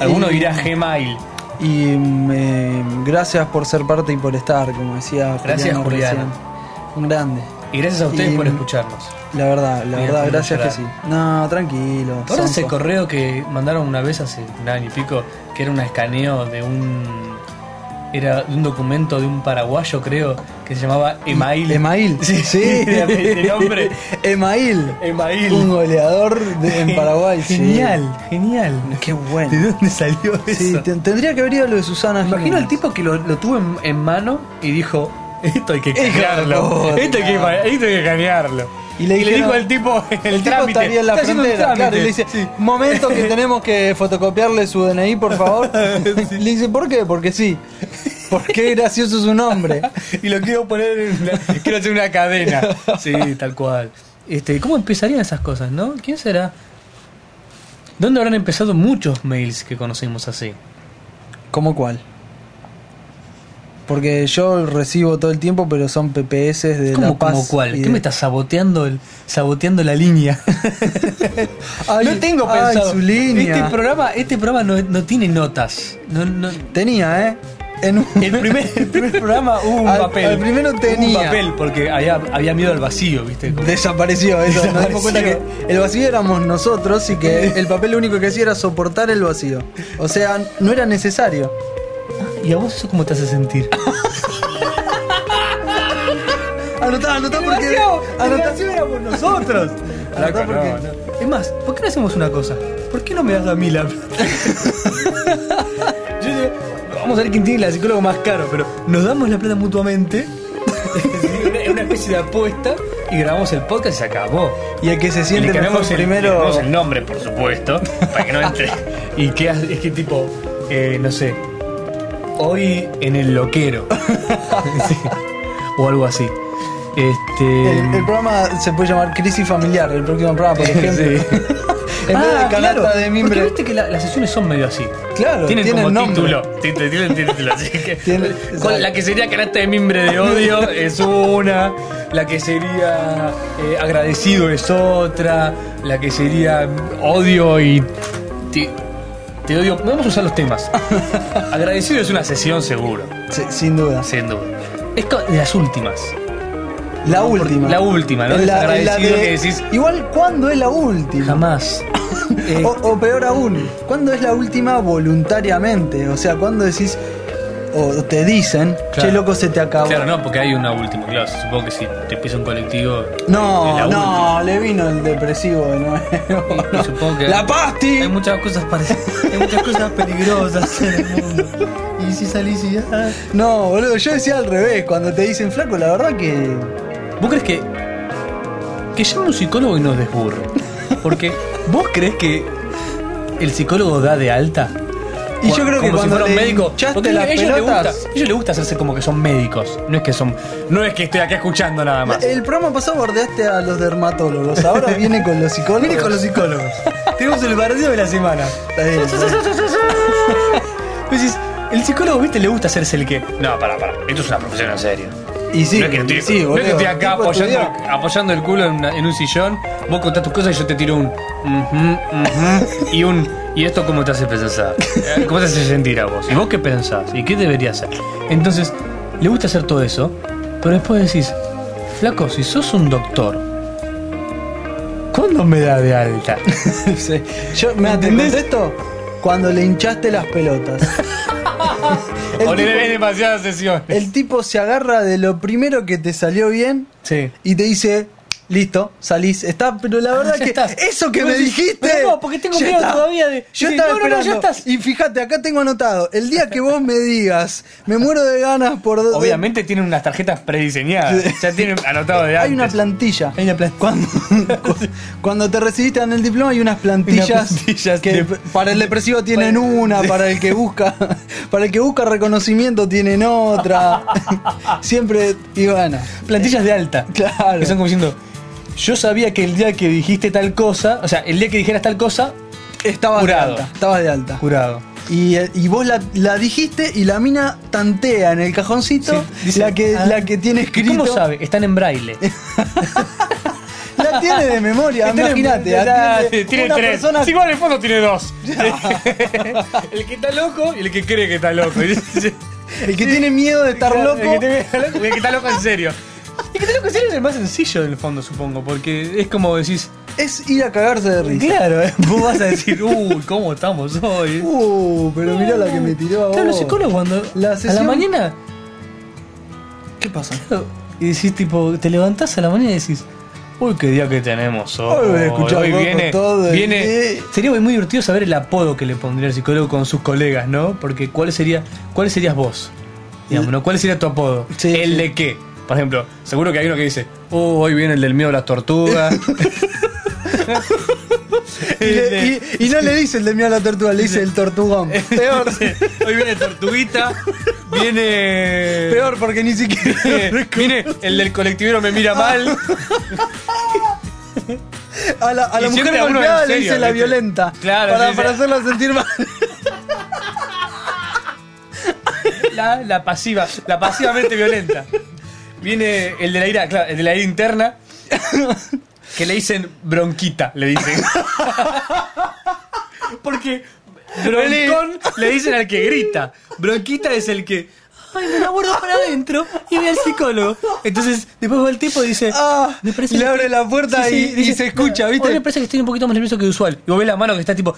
B: Alguno
A: Eh,
B: dirá gmail.
A: y mm, eh, gracias por ser parte y por estar, como decía
B: Gracias,
A: Juliano
B: Juliano.
A: recién. Un grande.
B: Y gracias a ustedes
A: Y-
B: por escucharnos.
A: La verdad, la
B: Mira,
A: verdad,
B: puedo
A: gracias que sí.
B: llorar.
A: No, tranquilo.
B: ¿Te acuerdas
A: sonso.
B: ese correo que mandaron una vez hace un año y pico? Que era un escaneo de un. Era de un documento de un paraguayo, creo, que se llamaba Email.
A: Email.
B: Sí, sí. De, de nombre.
A: Email.
B: Email.
A: Un goleador de- en Paraguay. sí.
B: Genial, genial.
A: Qué
B: ¿De
A: bueno.
B: dónde salió eso?
A: Sí, te- tendría que haber ido lo de Susana.
B: Imagino
A: Jiménez.
B: al tipo que lo, lo tuvo en, en mano y dijo: Esto hay que escanearlo.
A: puta.
B: Esto hay que, esto hay que escanearlo.
A: Y le dijeron-
B: dijo al tipo: El,
A: El tipo
B: trámite.
A: estaría en la
B: está haciendo un
A: frontera, claro, y le
B: trámite.
A: dice, momento que tenemos que fotocopiarle su DNI, por favor. Le dice, ¿por qué? Porque sí. Porque gracioso su nombre.
B: y lo quiero poner en una- quiero hacer una cadena. Sí, tal cual. Este, ¿cómo empezarían esas cosas, no? ¿Quién será? ¿Dónde habrán empezado muchos mails que conocimos así?
A: ¿Cómo cuál? Porque yo recibo todo el tiempo, pero son PPS de
B: ¿Cómo,
A: La Paz.
B: cómo cuál?
A: y
B: ¿Qué
A: de-
B: me estás saboteando el, saboteando la línea?
A: Ay,
B: no tengo
A: ay,
B: pensado.
A: su línea.
B: Este programa, este programa no, no tiene notas. No- no-
A: Tenía, ¿eh? En un-
B: El primer, el primer programa hubo un
A: Al-
B: papel.
A: al primero
B: Hubo
A: tenía.
B: Un papel, porque había, había miedo al vacío, ¿viste? Como-
A: Desapareció eso. Nos dimos cuenta que
B: Desapareció.
A: el vacío éramos nosotros y que el papel lo único que hacía era soportar el vacío. O sea, no era necesario.
B: ¿Y a vos eso cómo te hace sentir?
A: anotá, anotá porque.
B: Desgraciado,
A: Anotá.
B: desgraciado éramos nosotros. Anotá
F: Loco,
B: porque.
F: no,
B: Es más, ¿por qué no hacemos una cosa? ¿Por qué no me das a mí la plata? Yo digo, vamos a ver quién tiene la psicóloga más caro, pero nos damos la plata mutuamente. Es una- una especie de apuesta y grabamos el podcast y se acabó.
A: Y el que se
F: Y
A: siente
F: le
A: mejor
F: cambiamos el, le
A: primero.
F: cambiamos el nombre, por supuesto, para que no entre. y que es que tipo, eh, no sé, hoy en el loquero. Sí. O algo así. Este.
A: El, el programa se puede llamar Crisis Familiar, el próximo programa, por ejemplo.
F: Sí. Ah,
A: En vez de canasta
B: Ah, claro,
A: de
B: Porque
A: mimbre.
B: viste que la- las sesiones son medio así.
A: Claro,
F: Tienen, como
A: nombre.
F: título. Tít- Tienen título, así que.
A: Tienen-
F: con la que sería canasta de mimbre de odio es una. La que sería eh, agradecido es otra. La que sería odio y. Te, te odio. Vamos a usar los temas. agradecido es una sesión seguro,
A: Sí, sin duda.
F: sin duda. Es co- de las últimas.
A: La última.
F: La última, ¿no?
A: Es la- es la
F: Desagradecido
A: de-
F: que decís. eh,
A: Igual, ¿cuándo es la última?
F: Jamás.
A: O, o peor aún, ¿cuándo es la última voluntariamente? O sea, ¿cuándo decís o te dicen,
F: Claro.
A: che loco, se te acabó?
F: Claro, no, porque hay una última, claro. Supongo que si te empieza un colectivo. es la
A: No,
F: última.
A: no, le vino el depresivo de nuevo.
B: Y- y supongo que-
A: ¡La pasti!
B: Hay muchas cosas parecidas, hay muchas cosas peligrosas en el mundo. Y si salís y ah,
A: No, boludo, yo decía al revés, cuando te dicen flaco, la verdad que.
B: ¿Vos crees que.? Que llame un psicólogo y nos desburre. Porque, ¿vos crees que el psicólogo da de alta?
A: Y yo creo que
B: como si
A: cuando
B: fuera un
A: le
B: médico.
A: hinchaste
B: Porque
A: las
B: a ellos les gusta,
A: pelotas-
B: a ellos les gusta hacerse como que son médicos.
F: No es que son. No es que estoy acá escuchando nada más.
A: El programa pasado bordeaste a los dermatólogos, ahora viene con los psicólogos.
B: Viene con los psicólogos. Tenemos el partido de la semana.
A: Está bien, está bien.
B: Vos decís, Pues el psicólogo, viste, le gusta hacerse el que.
F: No, pará, pará. Esto es una profesión en serio.
A: Y sí,
F: no es que estoy,
A: y sí,
F: no es que
A: boludo,
F: estoy acá
A: tipo
F: apoyando,
A: estudió.
F: apoyando el culo en, una- en un sillón. Vos contás tus cosas y yo te tiro un. "Ujú, ujú", y un. ¿Y esto cómo te hace pensar? Eh, ¿Cómo te hace sentir a vos? ¿Y vos qué pensás? ¿Y qué deberías hacer?
B: Entonces, le gusta hacer todo eso, pero después decís, flaco, si sos un doctor, ¿cuándo me da de alta?
A: Sí. Yo, me ¿te
B: ¿Entendés?
A: contesto? Cuando le hinchaste las pelotas. el,
F: O le
A: tipo,
F: debes demasiadas sesiones.
A: el tipo se agarra de lo primero que te salió bien
B: Sí.
A: y te dice, listo, salís. Está, pero la verdad
B: Ah, ya
A: que
B: estás.
A: eso que
B: Vos
A: me
B: decís,
A: dijiste.
B: pero no, porque tengo
A: ya
B: miedo todavía de-
A: Yo
B: Sí,
A: estaba
B: no, no, no, ya
A: esperando.
B: estás.
A: Y fíjate, acá tengo anotado. El día que vos me digas, me muero de ganas por. de-
F: Obviamente tienen unas tarjetas prediseñadas. Ya tienen anotado de antes.
A: Hay una plantilla.
B: Hay una plantilla.
A: Cuando, cu- cuando te recibiste en el diploma hay unas plantillas,
B: Unas plantillas
A: que
B: de-
A: p- para el depresivo tienen una, para el que busca, para el que busca reconocimiento tienen otra. Siempre Ivana.
B: Plantillas de alta.
A: Claro.
B: Que son como diciendo, yo sabía que el día que dijiste tal cosa, o sea, el día que dijeras tal cosa,
A: Estabas
B: Jurado.
A: de alta. Estabas de alta.
B: jurado.
A: Y, y vos la, la dijiste y la mina tantea en el cajoncito
B: Sí, dice,
A: la, que,
B: ah.
A: la que tiene
B: ¿Y
A: escrito.
B: ¿Cómo sabe? Están en braille.
A: La tiene de memoria,
B: Está en-
A: imagínate.
B: está-
A: atiende
F: Tiene
A: una
F: tres.
A: persona
F: Si vos en el fondo tiene dos. el que está loco y el que cree que está loco.
A: El que tiene miedo de estar
B: Claro,
A: loco.
B: el que tiene-
F: El que está loco en serio.
B: Y que tenés que ser el más sencillo en el fondo, supongo, porque es como decís,
A: Es ir a cagarse de risa.
B: claro, ¿eh? vos vas a decir, uy, ¿cómo estamos hoy?
A: Uh, pero mirá la que me tiró a vos.
B: Claro, los psicólogos cuando
A: La
B: a la
A: sesión-
B: mañana
A: ¿Qué pasa?
B: y decís tipo, te levantás a la mañana y decís, uy, qué día que tenemos hoy.
A: Hoy voy a escuchar
B: hoy
A: loco
B: viene,
A: todo el
B: viene.
A: día".
B: Sería muy divertido saber el apodo que le pondría el psicólogo con sus colegas, ¿no? Porque cuál sería, cuál serías vos, digamos, ¿no? ¿Cuál sería tu apodo?
A: Sí,
B: el
A: sí.
B: de qué, por ejemplo. Seguro que hay uno que dice, oh, hoy viene el del miedo a las tortugas.
A: Y, le- y- y no le dice el de miedo a la tortuga, le dice el tortugón. Peor,
B: hoy viene tortuguita, viene.
A: peor porque ni siquiera.
B: Eh, Mire, el del colectivero me mira mal.
A: A la, a la
B: Y
A: mujer
B: siempre a uno en
A: golpeada le
B: serio,
A: dice la
B: ¿viste?
A: violenta.
B: Claro,
A: Para,
B: sí,
A: para
B: sí.
A: hacerla sentir mal.
B: La, la pasiva, la pasivamente violenta. Viene el de la ira, claro, el de la ira interna. Que le dicen bronquita, le dicen. Porque broncón le dicen al que grita. Bronquita es el que. Ay, me la guardo para adentro y voy al psicólogo. Entonces, después va el tipo y dice.
A: Ah,
B: "Me parece
A: le
B: que
A: abre la puerta
B: Sí,
A: y,
B: sí,
A: y
B: dice,
A: se escucha,
B: "Hoy
A: ¿viste?
B: me parece que estoy un poquito más nervioso que usual. Y vos ves la mano que está tipo.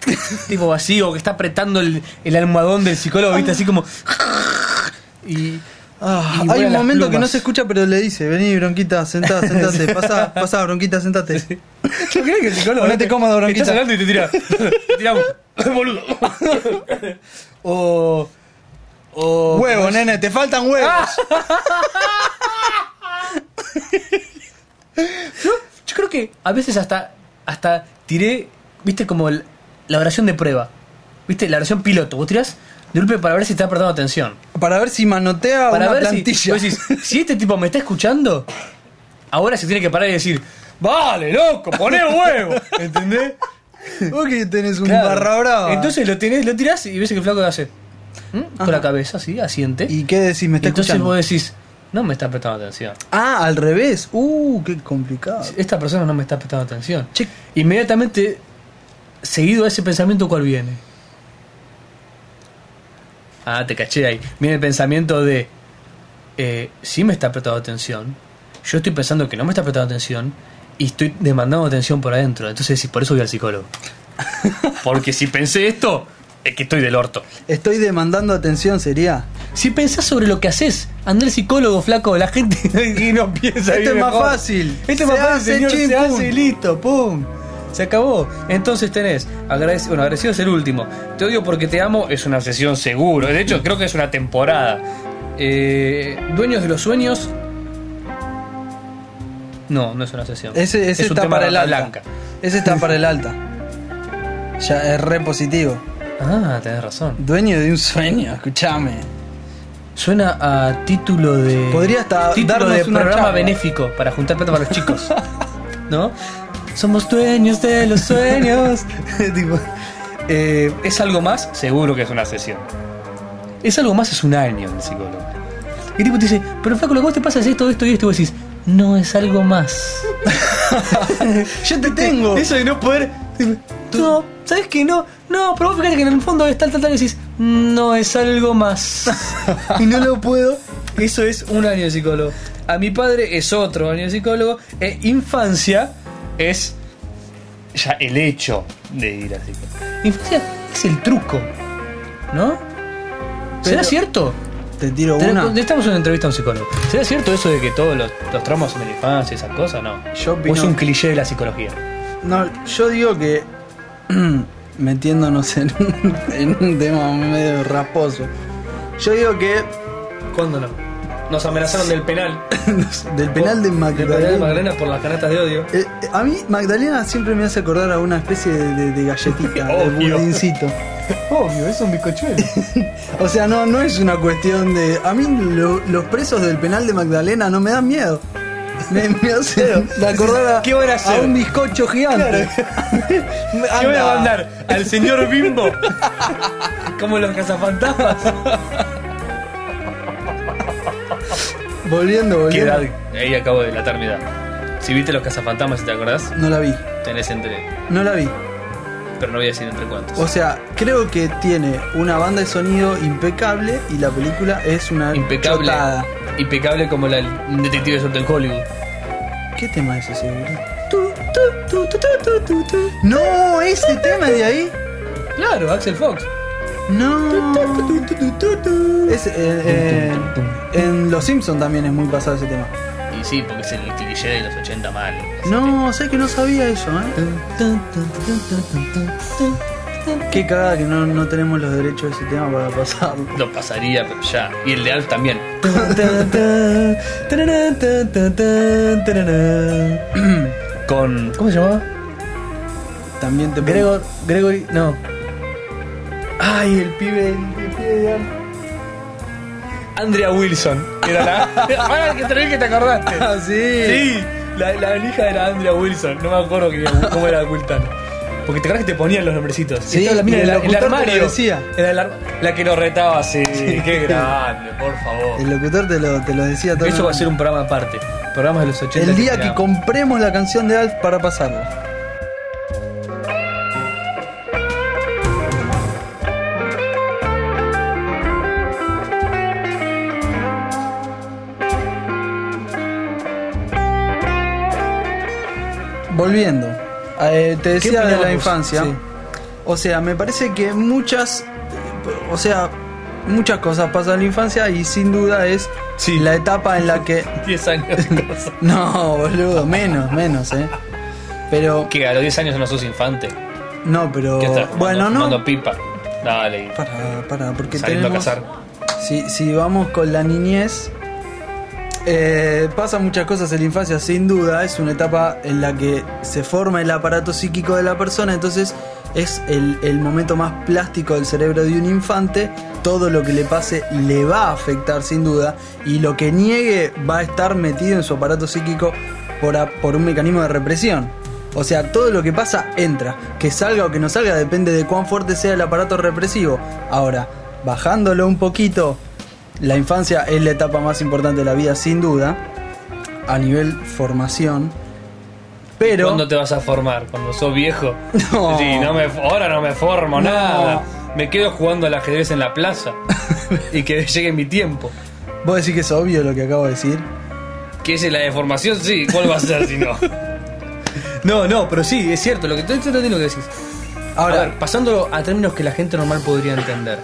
B: tipo vacío, que está apretando el, el almohadón del psicólogo, ¿viste? Así como. Y.
A: Ah,
G: Y
A: hay
G: vuelan
A: un
G: las
A: momento que no
G: plumas.
A: se escucha, pero le dice, vení bronquita, sentá, sentate, pasa, pasa bronquita, sentate.
B: ¿Tú crees que el psicólogo?
A: Ponete cómodo,
B: Estás
A: bronquita.
B: hablando y te tira. te tira un- boludo. o. O.
A: Huevo, nene, te faltan huevos.
B: Yo creo que a veces hasta. Hasta tiré. ¿Viste como el- la oración de prueba? ¿Viste? La oración piloto. Vos tirás de golpe para ver si está prestando atención.
A: Para ver si manotea
B: Para
A: una
B: ver si-
A: plantilla.
B: vos decís, Si, este tipo me está escuchando, ahora se tiene que parar y decir. Vale, loco, poné huevo. ¿Entendés?
A: Vos que tenés un
B: Claro.
A: barra brava.
B: Entonces lo tenés, lo tirás y ves que el flaco hace. ¿m? Con la cabeza, así, asiente.
A: ¿Y qué decís? ¿Me está
B: Entonces
A: escuchando?
B: vos decís, no me está prestando atención.
A: Ah, al revés. Uh, qué complicado.
B: Esta persona no me está prestando atención.
A: Che,
B: Inmediatamente, seguido a ese pensamiento, ¿cuál viene? Ah, te caché ahí. Viene el pensamiento de, eh, sí me está prestando atención. Yo estoy pensando que no me está prestando atención y estoy demandando atención por adentro. Entonces, sí, por eso voy al psicólogo. Porque si pensé esto, es que estoy del orto.
A: estoy demandando atención, sería.
B: Si pensás sobre lo que haces, andá al psicólogo, flaco. La gente y no piensa
A: Esto
B: bien
A: Este es más
B: mejor.
A: fácil.
B: Esto es
A: Se
B: más fácil,
A: hace,
B: señor.
A: chin,
B: se
A: pum.
B: hace y listo, pum. Se acabó. Entonces tenés, agradec- bueno, agradecido es el último. Te odio porque te amo es una sesión seguro. De hecho, creo que es una temporada. Eh, Dueños de los sueños. No, no es una sesión.
A: Ese, ese
B: es un
A: está
B: tema
A: para
B: de
A: el
B: Rata
A: alta.
B: blanca.
A: Ese está para el alta. Ya es re positivo.
B: Ah, tenés razón.
A: Dueño de un sueño, escúchame.
B: Suena a título de.
A: Podría hasta
B: título
A: darnos
B: de
A: una
B: programa
A: charla.
B: benéfico para juntar plata para los chicos. ¿No? Somos dueños de los sueños. Tipo, eh, ¿Es algo más? Seguro que es una sesión. Es algo más, es un año el psicólogo. Y tipo te dice, pero Flaco, lo que vos te pasa es esto, esto y esto. Y vos decís, no es algo más.
A: Yo te tengo.
B: Eso de no poder. No, ¿sabes que no? No, pero vos fijate que en el fondo está tal, tal, y decís, no es algo más. y no lo puedo. Eso es un año de psicólogo. A mi padre es otro año de psicólogo. E infancia es ya el hecho de ir al psicólogo. Infancia es el truco, ¿no? ¿Será
A: Pero-
B: cierto?
A: Te tiro
B: Tenemos-
A: una.
B: Necesitamos una entrevista a un psicólogo. ¿Será cierto eso de que todos los, los traumas son de la infancia y esas cosas? No.
A: Yo
B: ¿O
A: opino-
B: es un cliché de la psicología?
A: No, yo digo que metiéndonos en un, en un tema medio rasposo. Yo digo que
B: ¿Cuándo no? Nos amenazaron del penal.
A: del penal de
B: Del penal de
A: Magdalena.
B: Magdalena por las canastas de odio.
A: Eh, eh, a mí Magdalena siempre me hace acordar a una especie de, de- de galletita, de
B: Obvio.
A: budincito.
B: Obvio, es un bizcochuelo.
A: O sea, no, no es una cuestión de... A mí lo- los presos del penal de Magdalena no me dan miedo. Me, me hace de acordar a,
B: ¿Qué van a hacer?
A: un bizcocho gigante.
B: ¿Qué van a mandar? ¿Al señor Bimbo? Como los cazafantasmas.
A: Volviendo, volviendo.
B: Ahí acabo de delatar mi edad. Si viste los cazafantasmas y te acordás,
A: No la vi,
B: tenés entre.
A: no la vi.
B: Pero no voy a decir entre cuántos.
A: O sea, creo que tiene una banda de sonido impecable y la película es una
B: Impecable.
A: chotada.
B: Impecable como la un detective suelto en Hollywood.
A: ¿Qué tema es ese, boludo? No, ese tema de ahí.
B: Claro, Axel Fox.
A: No. Es, eh, eh, en Los Simpsons también es muy pasado ese tema.
B: Y sí, porque es el cliché de los 80 mal.
A: No, sé que no sabía eso, ¿eh? Qué cagada que no, no tenemos los derechos de ese tema para pasarlo.
B: Lo pasaría, pero ya. Y el de Alf también. Con. ¿Cómo se llamaba?
A: También te
B: Gregor. Gregory. No. Ay, el pibe. El, pibe de Alf. Andrea Wilson. Era la. Ahora que te que te acordaste.
A: Ah, sí.
B: Sí, la, la hija era Andrea Wilson. No me acuerdo que- cómo era Wilton. Porque te acuerdas que te ponían los nombrecitos.
A: Sí,
B: Estaba la mina
A: y el
B: del- el,
A: locutor te lo
B: armario.
A: decía.
B: Era el ar- la que lo retaba, sí. Qué grande, por favor.
A: El locutor te lo, te lo decía todo.
B: Eso va a ser un programa aparte. Programas de los 80.
A: El día que
B: esperamos.
A: compremos la canción de Alf para pasarla. Volviendo, eh, te decía de
B: opinabas
A: la
B: vos?
A: infancia.
B: Sí.
A: O sea, me parece que muchas. O sea, muchas cosas pasan en la infancia y sin duda es
F: Sí.
A: la etapa en la que...
B: 10 años.
A: No, boludo, menos, menos, ¿eh? Pero...
B: que a los 10 años no sos infante.
A: No, pero...
B: ¿Qué estás?
A: Bueno,
B: fumando-
A: no...
B: fumando pipa. Dale.
A: Para, para, porque
B: Saliendo
A: tenemos...
B: a cazar.
A: Si, si vamos con la niñez, eh, pasan muchas cosas en la infancia, sin duda. Es una etapa en la que se forma el aparato psíquico de la persona, entonces es el, el momento más plástico del cerebro de un infante. Todo lo que le pase le va a afectar, sin duda, y lo que niegue va a estar metido en su aparato psíquico por, a- por un mecanismo de represión. O sea, todo lo que pasa entra. Que salga o que no salga depende de cuán fuerte sea el aparato represivo. Ahora, bajándolo un poquito, la infancia es la etapa más importante de la vida, sin duda, a nivel formación. Pero...
B: ¿Cuándo te vas a formar? Cuando sos viejo.
A: No.
B: Sí, no me, ahora no me formo
A: No.
B: nada. Me quedo jugando al ajedrez en la plaza. y que llegue mi tiempo.
A: Vos decís que es obvio lo que acabo de decir.
B: Que es la deformación, sí. ¿Cuál va a ser si no?
F: No, no, pero sí, es cierto, lo que estoy entendiendo lo que decís.
A: Ahora,
F: a ver, pasando a términos que la gente normal podría entender.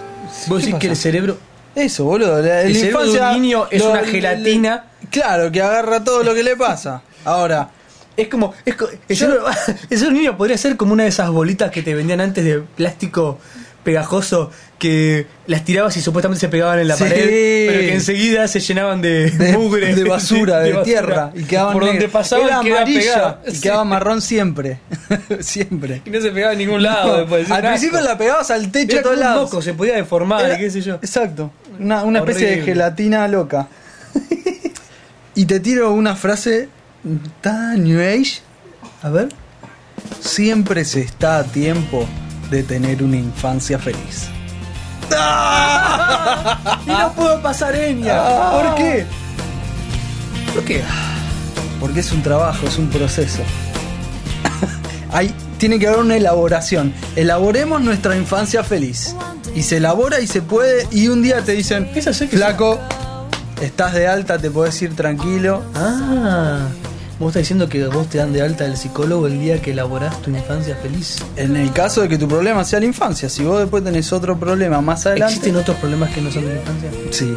F: Vos decís
A: pasa?
F: que el cerebro.
A: eso, boludo. La,
F: El
A: la
F: cerebro de un
A: infancia-
F: niño es una gelatina.
A: claro, que agarra todo lo que le pasa. Ahora,
F: Es como. Es, co- el, cerebro, el cerebro niño podría ser como una de esas bolitas que te vendían antes de plástico pegajoso que las tirabas y supuestamente se pegaban en la
A: Sí.
F: pared, pero que enseguida se llenaban de,
A: de
F: mugre,
A: de basura,
F: Sí,
A: de,
F: basura.
A: tierra. Y quedaban
B: Por donde
A: negras.
B: pasaban
A: Era
B: quedaba
A: amarilla
B: pegada.
A: y
B: Sí.
A: quedaba marrón siempre. siempre.
B: Y no se pegaba a ningún lado
F: pues,
B: después.
A: Al principio la pegabas al techo
F: Era
A: a
F: como
A: todos
F: un
A: lados.
F: moco, se podía deformar,
A: Era-
F: y qué sé yo.
A: Exacto. Una, una especie de
F: Horrible.
A: gelatina loca. y te tiro una frase tan New Age.
F: A ver.
A: Siempre se está a tiempo de tener una infancia feliz.
F: Y no pudo pasar Enya.
A: ¿Por qué?
F: ¿Por qué?
A: Porque es un trabajo, es un proceso. Hay, tiene que haber una elaboración. Elaboremos nuestra infancia feliz. Y se elabora y se puede. Y un día te dicen,
F: Esa sé que
A: flaco, estás de alta, te podés ir tranquilo.
F: Ah, vos estás diciendo que vos te dan de alta del psicólogo el día que elaborás tu infancia feliz.
A: En el caso de que tu problema sea la infancia, si vos después tenés otro problema más adelante,
F: ¿Existen otros problemas que no son de la infancia?
A: sí.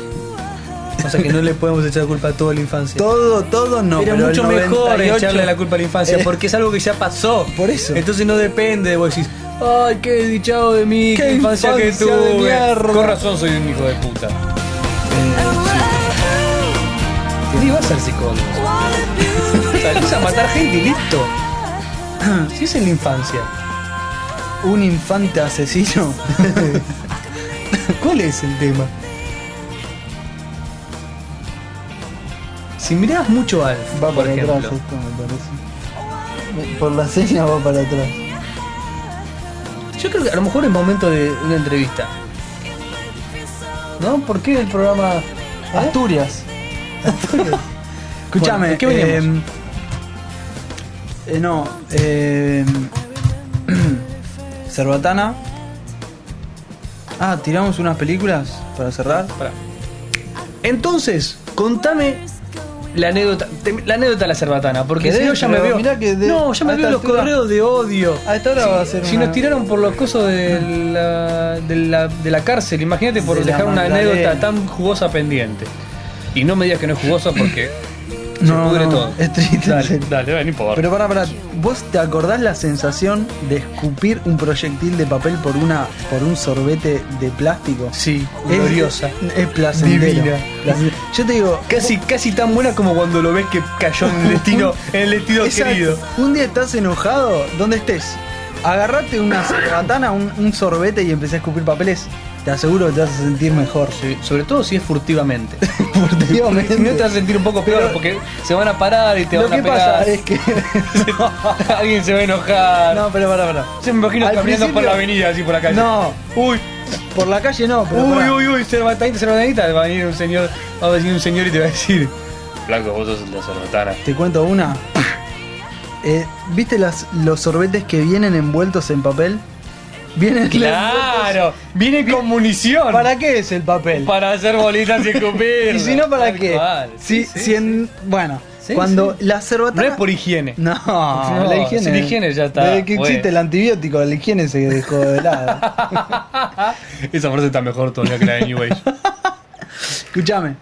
F: O sea que no le podemos echar culpa a toda la infancia.
A: Todo, todo no.
F: Era
A: pero el
F: mucho mejor
A: 98
F: echarle la culpa a la infancia,
A: Eh,
F: porque es algo que ya pasó.
A: Por eso.
F: Entonces no depende, de vos decís, ay, qué desdichado de mí, qué,
A: Qué
F: infancia,
A: infancia
F: que
A: de
F: tuve.
A: mierda.
B: Con razón soy un hijo de puta.
F: Ni vas al psicólogo. Salís a matar gente y listo. Si es en la infancia.
A: Un infante asesino.
F: ¿Cuál es el tema? Si mirabas mucho Alf,
A: Va
F: por
A: para
F: ejemplo,
A: atrás esto, me parece. Me- Por la seña va para atrás.
F: yo creo que a lo mejor es momento de una entrevista. ¿No? ¿Por qué el programa
A: ¿Eh? Asturias. Escúchame.
F: Bueno, ¿qué veníamos?
A: eh, eh, no. eh, Cerbatana. Ah, tiramos unas películas para cerrar.
F: Entonces, contame la anécdota, te- la anécdota de la cerbatana, porque
A: Que
F: si no
A: de-
F: ya me
A: pero
F: veo.
A: mirá que de-
F: no, ya
A: a
F: me
A: esta
F: veo los
A: altura-
F: correos de odio.
A: A esta hora va a ser
F: Si
A: una-
F: nos tiraron por los cosos de la, de la, de la cárcel, imagínate por
A: De la
F: dejar una
A: Magdalena.
F: anécdota tan jugosa pendiente. Y no me digas que no es jugosa porque
A: No,
F: se pudre
A: no,
F: todo.
A: es triste, en
F: Dale,
A: serio.
F: dale, dale, no importa.
A: Pero para, para, ¿vos te acordás la sensación de escupir un proyectil de papel por una por un sorbete de plástico?
F: sí, gloriosa.
A: Es, es placentero.
F: Divina.
A: Placer- Yo te digo,
F: Casi, casi tan buena como cuando lo ves que cayó en el destino, en el destino
A: Esa-
F: querido.
A: Un día estás enojado, donde estés, agarrate una cerbatana, un, un sorbete y empecé a escupir papeles. Te aseguro que te vas a sentir mejor.
F: Sí, sobre todo si es furtivamente.
A: Furtivamente.
F: Si no te vas a sentir un poco peor porque se van a parar y te
A: Lo
F: van
A: que
F: a pegar.
A: pasa es que.
B: Alguien se va a enojar.
A: no, pero pará, pará.
B: Yo me imagino
A: Al
B: caminando por
A: principio-
B: la avenida, así por la calle.
A: No,
B: Uy,
A: por la calle no, pero.
F: uy,
A: pará.
F: uy, uy, cerbatanita, cerbatanita. Va a venir un señor, va a venir un señor y te va a decir.
B: Blanco, vos sos el de la cerbatana.
A: Te cuento una. Eh, ¿Viste las, los sorbetes que vienen envueltos en papel? Vienen
B: Claro, viene con munición.
A: ¿Para qué es el papel?
B: Para hacer bolitas y escupir.
A: Y si no, ¿para
B: Tal
A: qué?
B: cual.
A: si, si en- bueno,
F: Sí,
A: Cuando la
B: No
A: cerbatana...
B: es por higiene.
A: No,
B: No,
A: la higiene.
B: sin higiene ya está,
A: Desde que
B: bueno.
A: existe el antibiótico, la higiene se dejó de lado.
C: Esa frase está mejor todavía que la de New Age.
A: Escúchame.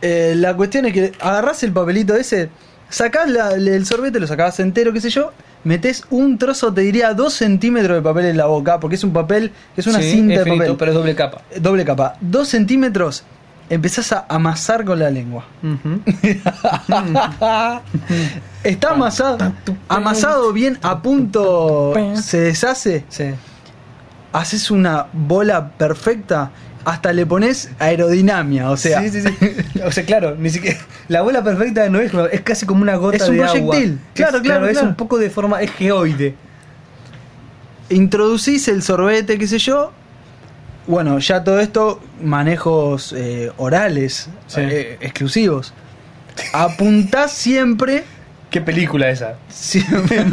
A: eh, la cuestión es que agarrás el papelito ese, sacás la- el sorbete, lo sacás entero, qué sé yo, metés un trozo, te diría, dos centímetros de papel en la boca, porque es un papel, es una
F: Sí,
A: cinta
F: es
A: de
F: finito,
A: papel.
F: pero es doble capa.
A: Eh, Doble capa. Dos centímetros, empezás a amasar con la lengua. Está amasado, amasado bien, a punto se deshace.
F: Sí.
A: haces una bola perfecta, hasta le pones aerodinámica, o sea,
F: sí, sí, sí. O sea, claro, ni siquiera. La bola perfecta no es, es casi como una gota
A: Es un
F: de agua.
A: proyectil.
F: Es-
A: Claro, claro,
F: Es
A: claro.
F: un poco de forma. Es geoide.
A: introducís el sorbete, qué sé yo. Bueno, ya todo esto, manejos eh, orales
F: Sí.
A: eh, exclusivos. Apuntás siempre,
C: ¿Qué película esa?
A: siempre.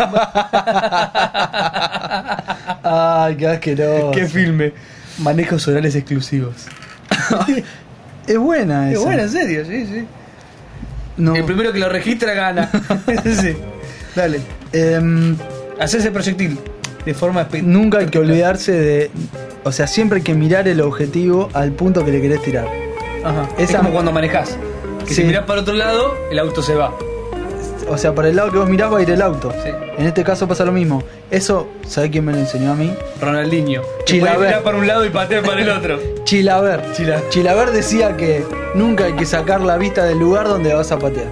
A: Ay, qué asqueroso.
F: Ah. ¿Qué filme? Manejos orales exclusivos.
A: Es buena esa.
F: en serio, sí, sí.
A: No.
F: El primero que lo registra gana. sí. Dale.
A: Em,
F: Haces ese proyectil de forma. espe-
A: nunca hay que olvidarse de. O sea, siempre hay que mirar el objetivo al punto que le querés tirar.
F: Ajá. Es
A: Esa-
F: como cuando manejás. Que
A: Sí.
F: si mirás para otro lado, el auto se va.
A: O sea, para el lado que vos mirás va a ir el auto.
F: Sí.
A: En este caso pasa lo mismo. Eso, ¿sabés quién me lo enseñó a mí?
F: Ronaldinho. Que
A: Chilaver.
F: puede mirar para un lado y patear para el otro.
A: Chilaver.
F: Chila-
A: Chilaver decía que nunca hay que sacar la vista del lugar donde vas a patear.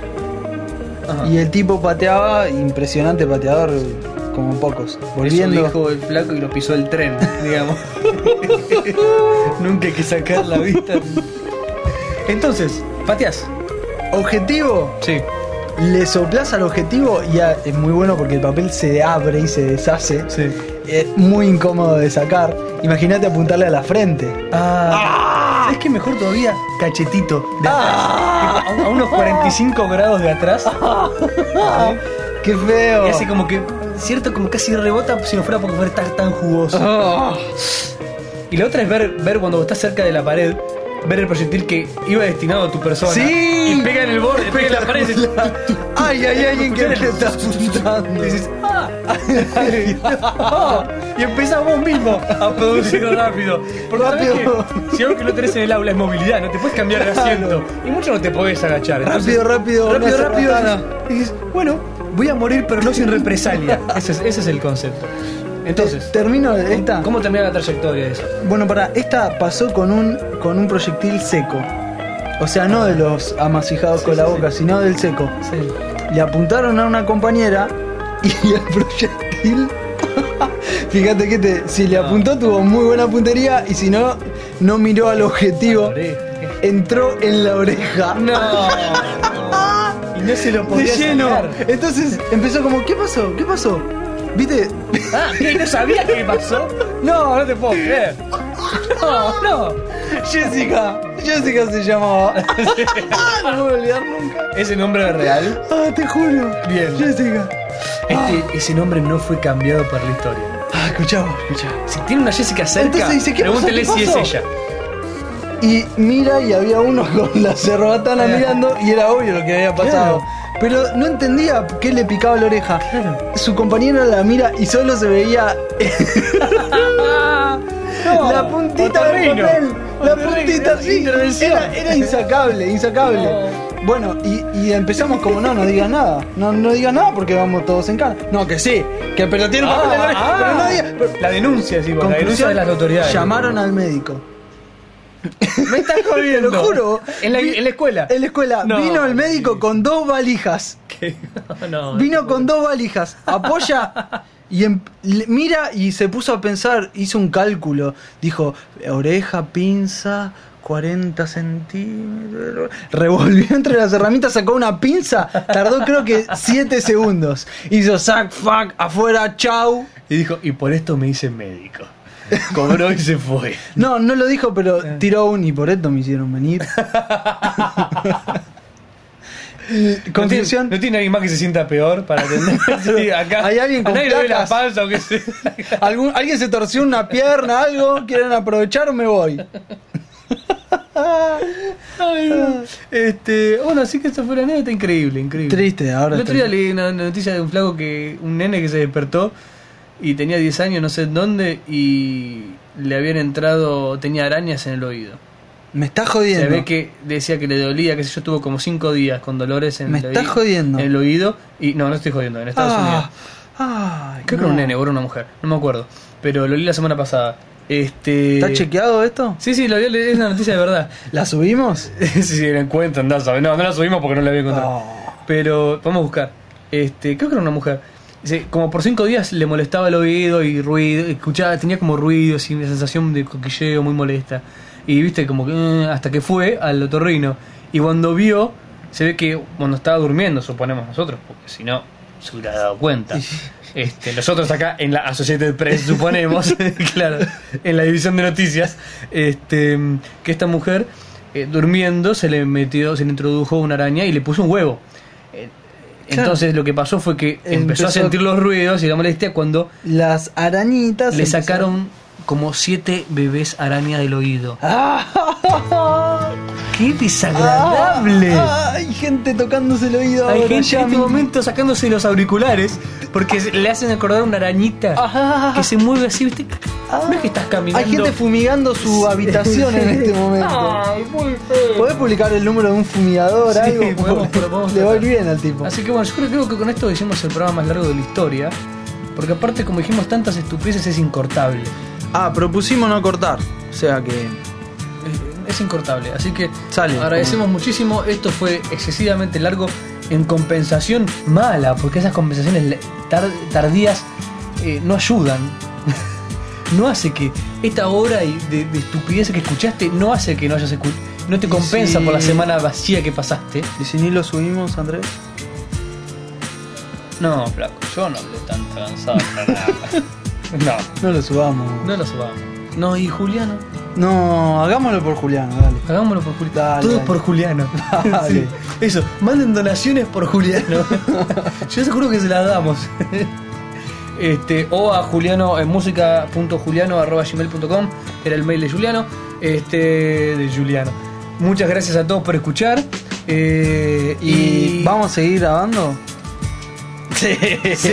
F: Ajá.
A: Y el tipo pateaba, impresionante pateador, como pocos.
F: Eso
A: Volviendo.
F: dijo el flaco y lo pisó el tren, digamos. Nunca hay que sacar la vista. Entonces, pateás.
A: Objetivo,
F: Sí.
A: le soplás al objetivo y a- es muy bueno porque el papel se abre y se deshace.
F: Sí.
A: Es muy incómodo de sacar. Imagínate apuntarle a la frente.
F: Ah. ¿Sabes qué mejor todavía? Cachetito. De atrás.
A: Ah.
F: Tipo, A, a unos 45 grados de atrás.
A: ¡Qué feo!
F: Y hace como que, cierto, como casi rebota si no fuera porque fuera estar tan jugoso.
A: Oh.
F: Y la otra es ver, ver cuando estás cerca de la pared, ver el proyectil que iba destinado a tu persona.
A: Sí.
F: Y pega en el borde, pega en la pared. y dices,
A: ¡Ay, hay alguien que te está
F: Y
A: asustando!
F: dices, ¡ah! y empezás vos mismo a producir rápido. Porque rápido.
A: Rápido.
F: si algo que no tenés en el aula es movilidad, no te puedes cambiar de asiento. Y mucho no te podés agachar. Entonces,
A: Rápido, rápido,
F: rápido,
A: una
F: rápido.
A: cerbatana.
F: Y dices, bueno, voy a morir, pero no sin represalia. Ese es, ese es el concepto. Entonces,
A: Termino esta.
F: ¿cómo termina la trayectoria de eso?
A: Bueno, para esta pasó con un con un proyectil seco. O sea, no de los amasijados con la boca, sino del seco. Le apuntaron a una compañera y el proyectil. Fíjate que te- si
F: Ah.
A: le apuntó tuvo muy buena puntería y si no, no miró al objetivo. Entró en la oreja.
F: Y no se lo
A: De
F: podía
A: lleno.
F: sacar.
A: Entonces empezó como, ¿qué pasó? ¿Qué pasó? ¿Viste?
F: Ah, ¿qué? ¿No sabía qué pasó? No, no te puedo creer. No, no.
A: Jessica. Jessica se llamaba. no me voy a olvidar nunca.
F: ¿Ese nombre es real?
A: Ah, te juro.
F: Bien.
A: Jessica.
F: Este, ese nombre no fue cambiado para la historia.
A: Ah, escuchamos, escuchamos.
F: Si tiene una Jessica cerca,
A: Entonces dice, ¿qué pasó?
F: pregúntele
A: ¿Qué
F: si es
A: pasó?
F: ella.
A: Y mira, y había uno con la cerbatana mirando, y era obvio lo que había pasado. Pero no entendía qué le picaba la oreja. Su compañera la mira y solo se veía la puntita del
F: Otorrino.
A: papel. La
F: Otorrino,
A: puntita, sí.
F: intervención.
A: Era, era insacable, insacable. Bueno, y, y empezamos como, no, no digas nada. No, no digas nada porque vamos todos en cara. No, que sí, que pero tiene papel en la oreja, pero no digas- pero-
F: Ah, La denuncia, sí, la denuncia
A: Conclusión,
F: de las autoridades.
A: Llamaron al médico.
F: Me estás jodiendo.
A: Te lo juro.
F: En la, en la escuela.
A: En la escuela
F: No.
A: vino el médico con dos valijas.
F: ¿Qué? No, no.
A: Vino con dos valijas. Apoya y em- le- mira y se puso a pensar. Hizo un cálculo. Dijo: oreja, pinza. 40 centímetros. Revolvió entre las herramientas, sacó una pinza. Tardó creo que 7 segundos. Hizo sac, fuck, afuera, chau.
F: Y dijo, y por esto me hice médico. Cobró y se fue.
A: No, no lo dijo, pero
F: Eh.
A: tiró un y por esto me hicieron venir. Y,
F: ¿No tiene,
A: Conclusión.
F: ¿No tiene alguien más que se sienta peor para atender? Sí, acá.
A: Hay alguien
F: A
A: con
F: nadie le ve la
A: placas.
F: panza, aunque sea.
A: ¿Algún- alguien se torció una pierna, algo, quieren aprovechar o me voy.
F: Ay,
A: Ah.
F: no. este, bueno, así que esa fue la anécdota increíble, increíble.
A: Triste, ahora.
F: El otro día
A: estoy-
F: leí una noticia de un flaco que. un nene que se despertó y tenía 10 años, no sé en dónde, y le habían entrado. tenía arañas en el oído.
A: Me está
F: Se
A: jodiendo.
F: ve que decía que le dolía, que sé yo, estuvo como 5 días con dolores en
A: Me
F: el
A: está
F: oído.
A: jodiendo.
F: En el oído, y. no, no estoy jodiendo, en Estados Unidos.
A: Ah, ay,
F: Creo que
A: no.
F: era un nene o era una mujer, no me acuerdo. Pero lo leí la semana pasada. Este.
A: ¿Está chequeado esto?
F: Sí, sí, lo había leído, es una noticia de verdad.
A: ¿La subimos?
F: si se la encuentran, andá a saber. No, no la subimos porque no la había encontrado.
A: Oh.
F: Pero vamos a buscar. Este, creo que era una mujer. Dice, Como por cinco días le molestaba el oído y ruido, escuchaba, tenía como ruido, así, una sensación de coquilleo muy molesta. Y viste, como que eh, hasta que fue al otorrino. Y cuando vio, se ve que cuando estaba durmiendo, suponemos nosotros, porque si no, se hubiera dado cuenta. Este, nosotros acá en la Associated Press, suponemos, claro, en la división de noticias, este, que esta mujer eh, durmiendo se le metió, se le introdujo una araña y le puso un huevo. Eh,
A: Claro.
F: Entonces lo que pasó fue que empezó,
A: Empezó-
F: a sentir los ruidos y la molestia cuando
A: Las arañitas.
F: le
A: empezaron-
F: sacaron como siete bebés araña del oído. ¡Qué desagradable!
A: Ah, hay gente tocándose el oído
F: Hay
A: ahora,
F: gente
A: ya
F: en este
A: me-
F: momento sacándose los auriculares porque se- le hacen acordar una arañita
A: Ah.
F: que se mueve así, ¿viste? No es que estás caminando.
A: Hay gente fumigando su habitación en este momento.
F: Ay, muy feo.
A: ¿Podés publicar el número de un fumigador?
F: Sí,
A: algo?
F: podemos, pero podemos
A: Le va a ir
F: tratar.
A: bien al tipo.
F: Así que bueno, yo creo, creo que con esto hicimos el programa más largo de la historia. Porque aparte, como dijimos, tantas estupideces es incortable.
A: Ah, propusimos no cortar. O sea que.
F: Es- Es incortable. Así que
A: Sale.
F: agradecemos muchísimo. Esto fue excesivamente largo en compensación mala. Porque esas compensaciones le- tar- tardías eh, no ayudan. no hace que esta hora y de, de estupidez que escuchaste no hace que no hayas escu- No te compensa
A: si-
F: por la semana vacía que pasaste.
A: ¿Y si ni lo subimos, Andrés?
F: No, flaco, yo no hablo tan cansado. no.
A: No lo subamos.
F: No lo subamos. No, y Juliano.
A: No, hagámoslo por Juliano, dale.
F: Hagámoslo por Juliano.
A: Dale,
F: Todo
A: dale.
F: por Juliano.
A: Dale.
F: Sí, Eso, manden donaciones por Juliano. Yo seguro que se las damos. Este, o a Juliano en música.juliano.gmail.com Era el mail de Juliano. Este. de Juliano. Muchas gracias a todos por escuchar. eh,
A: ¿Y vamos a seguir grabando?
F: Sí, sí,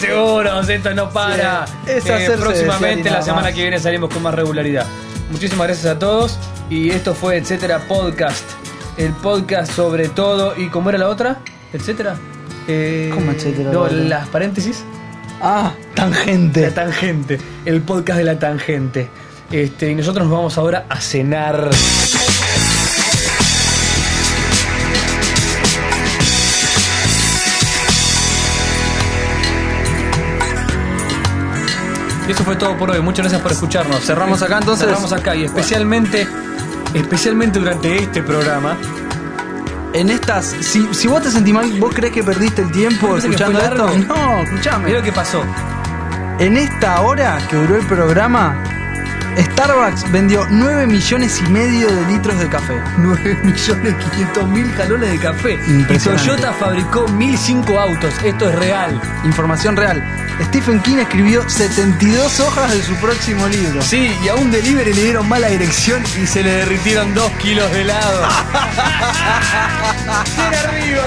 F: seguro, esto no para. Eh,
A: Sí, es hacerse desear
F: próximamente,
A: y
F: la
A: nada
F: semana
A: más.
F: que viene salimos con más regularidad. Muchísimas gracias a todos y esto fue Etcétera Podcast. El podcast sobre todo y cómo era la otra, etcétera. Eh,
A: ¿Cómo etcétera,
F: No,
A: la otra?
F: las paréntesis.
A: Ah,
F: La
A: tangente.
F: tangente, el podcast de la tangente. Este, y nosotros nos vamos ahora a cenar. Y eso fue todo por hoy. Muchas gracias por escucharnos.
A: Cerramos acá, entonces.
F: Cerramos acá y especialmente, especialmente durante este programa.
A: En estas, si, si vos te sentís mal, vos crees que perdiste el tiempo
F: ¿Vos pensás que
A: escuchando
F: fue
A: esto.
F: largo?
A: No,
F: Mira lo
A: escuchame.
F: que pasó.
A: En esta hora que duró el programa, Starbucks vendió 9 millones y medio de litros de café.
F: 9 millones 500 mil galones de café. Y
A: Impresionante.
F: Toyota fabricó 1005 autos. Esto es real.
A: Información real. Stephen King escribió 72 hojas de su próximo libro.
F: Sí, y a un delivery le dieron mala dirección y se le derritieron dos kilos de helado. ¡Bien arriba!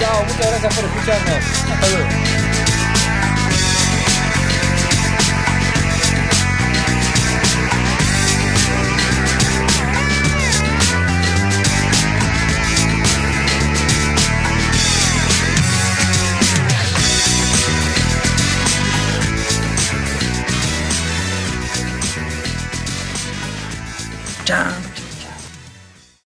F: Chao, muchas gracias por escucharnos. Hasta luego.
A: Chan.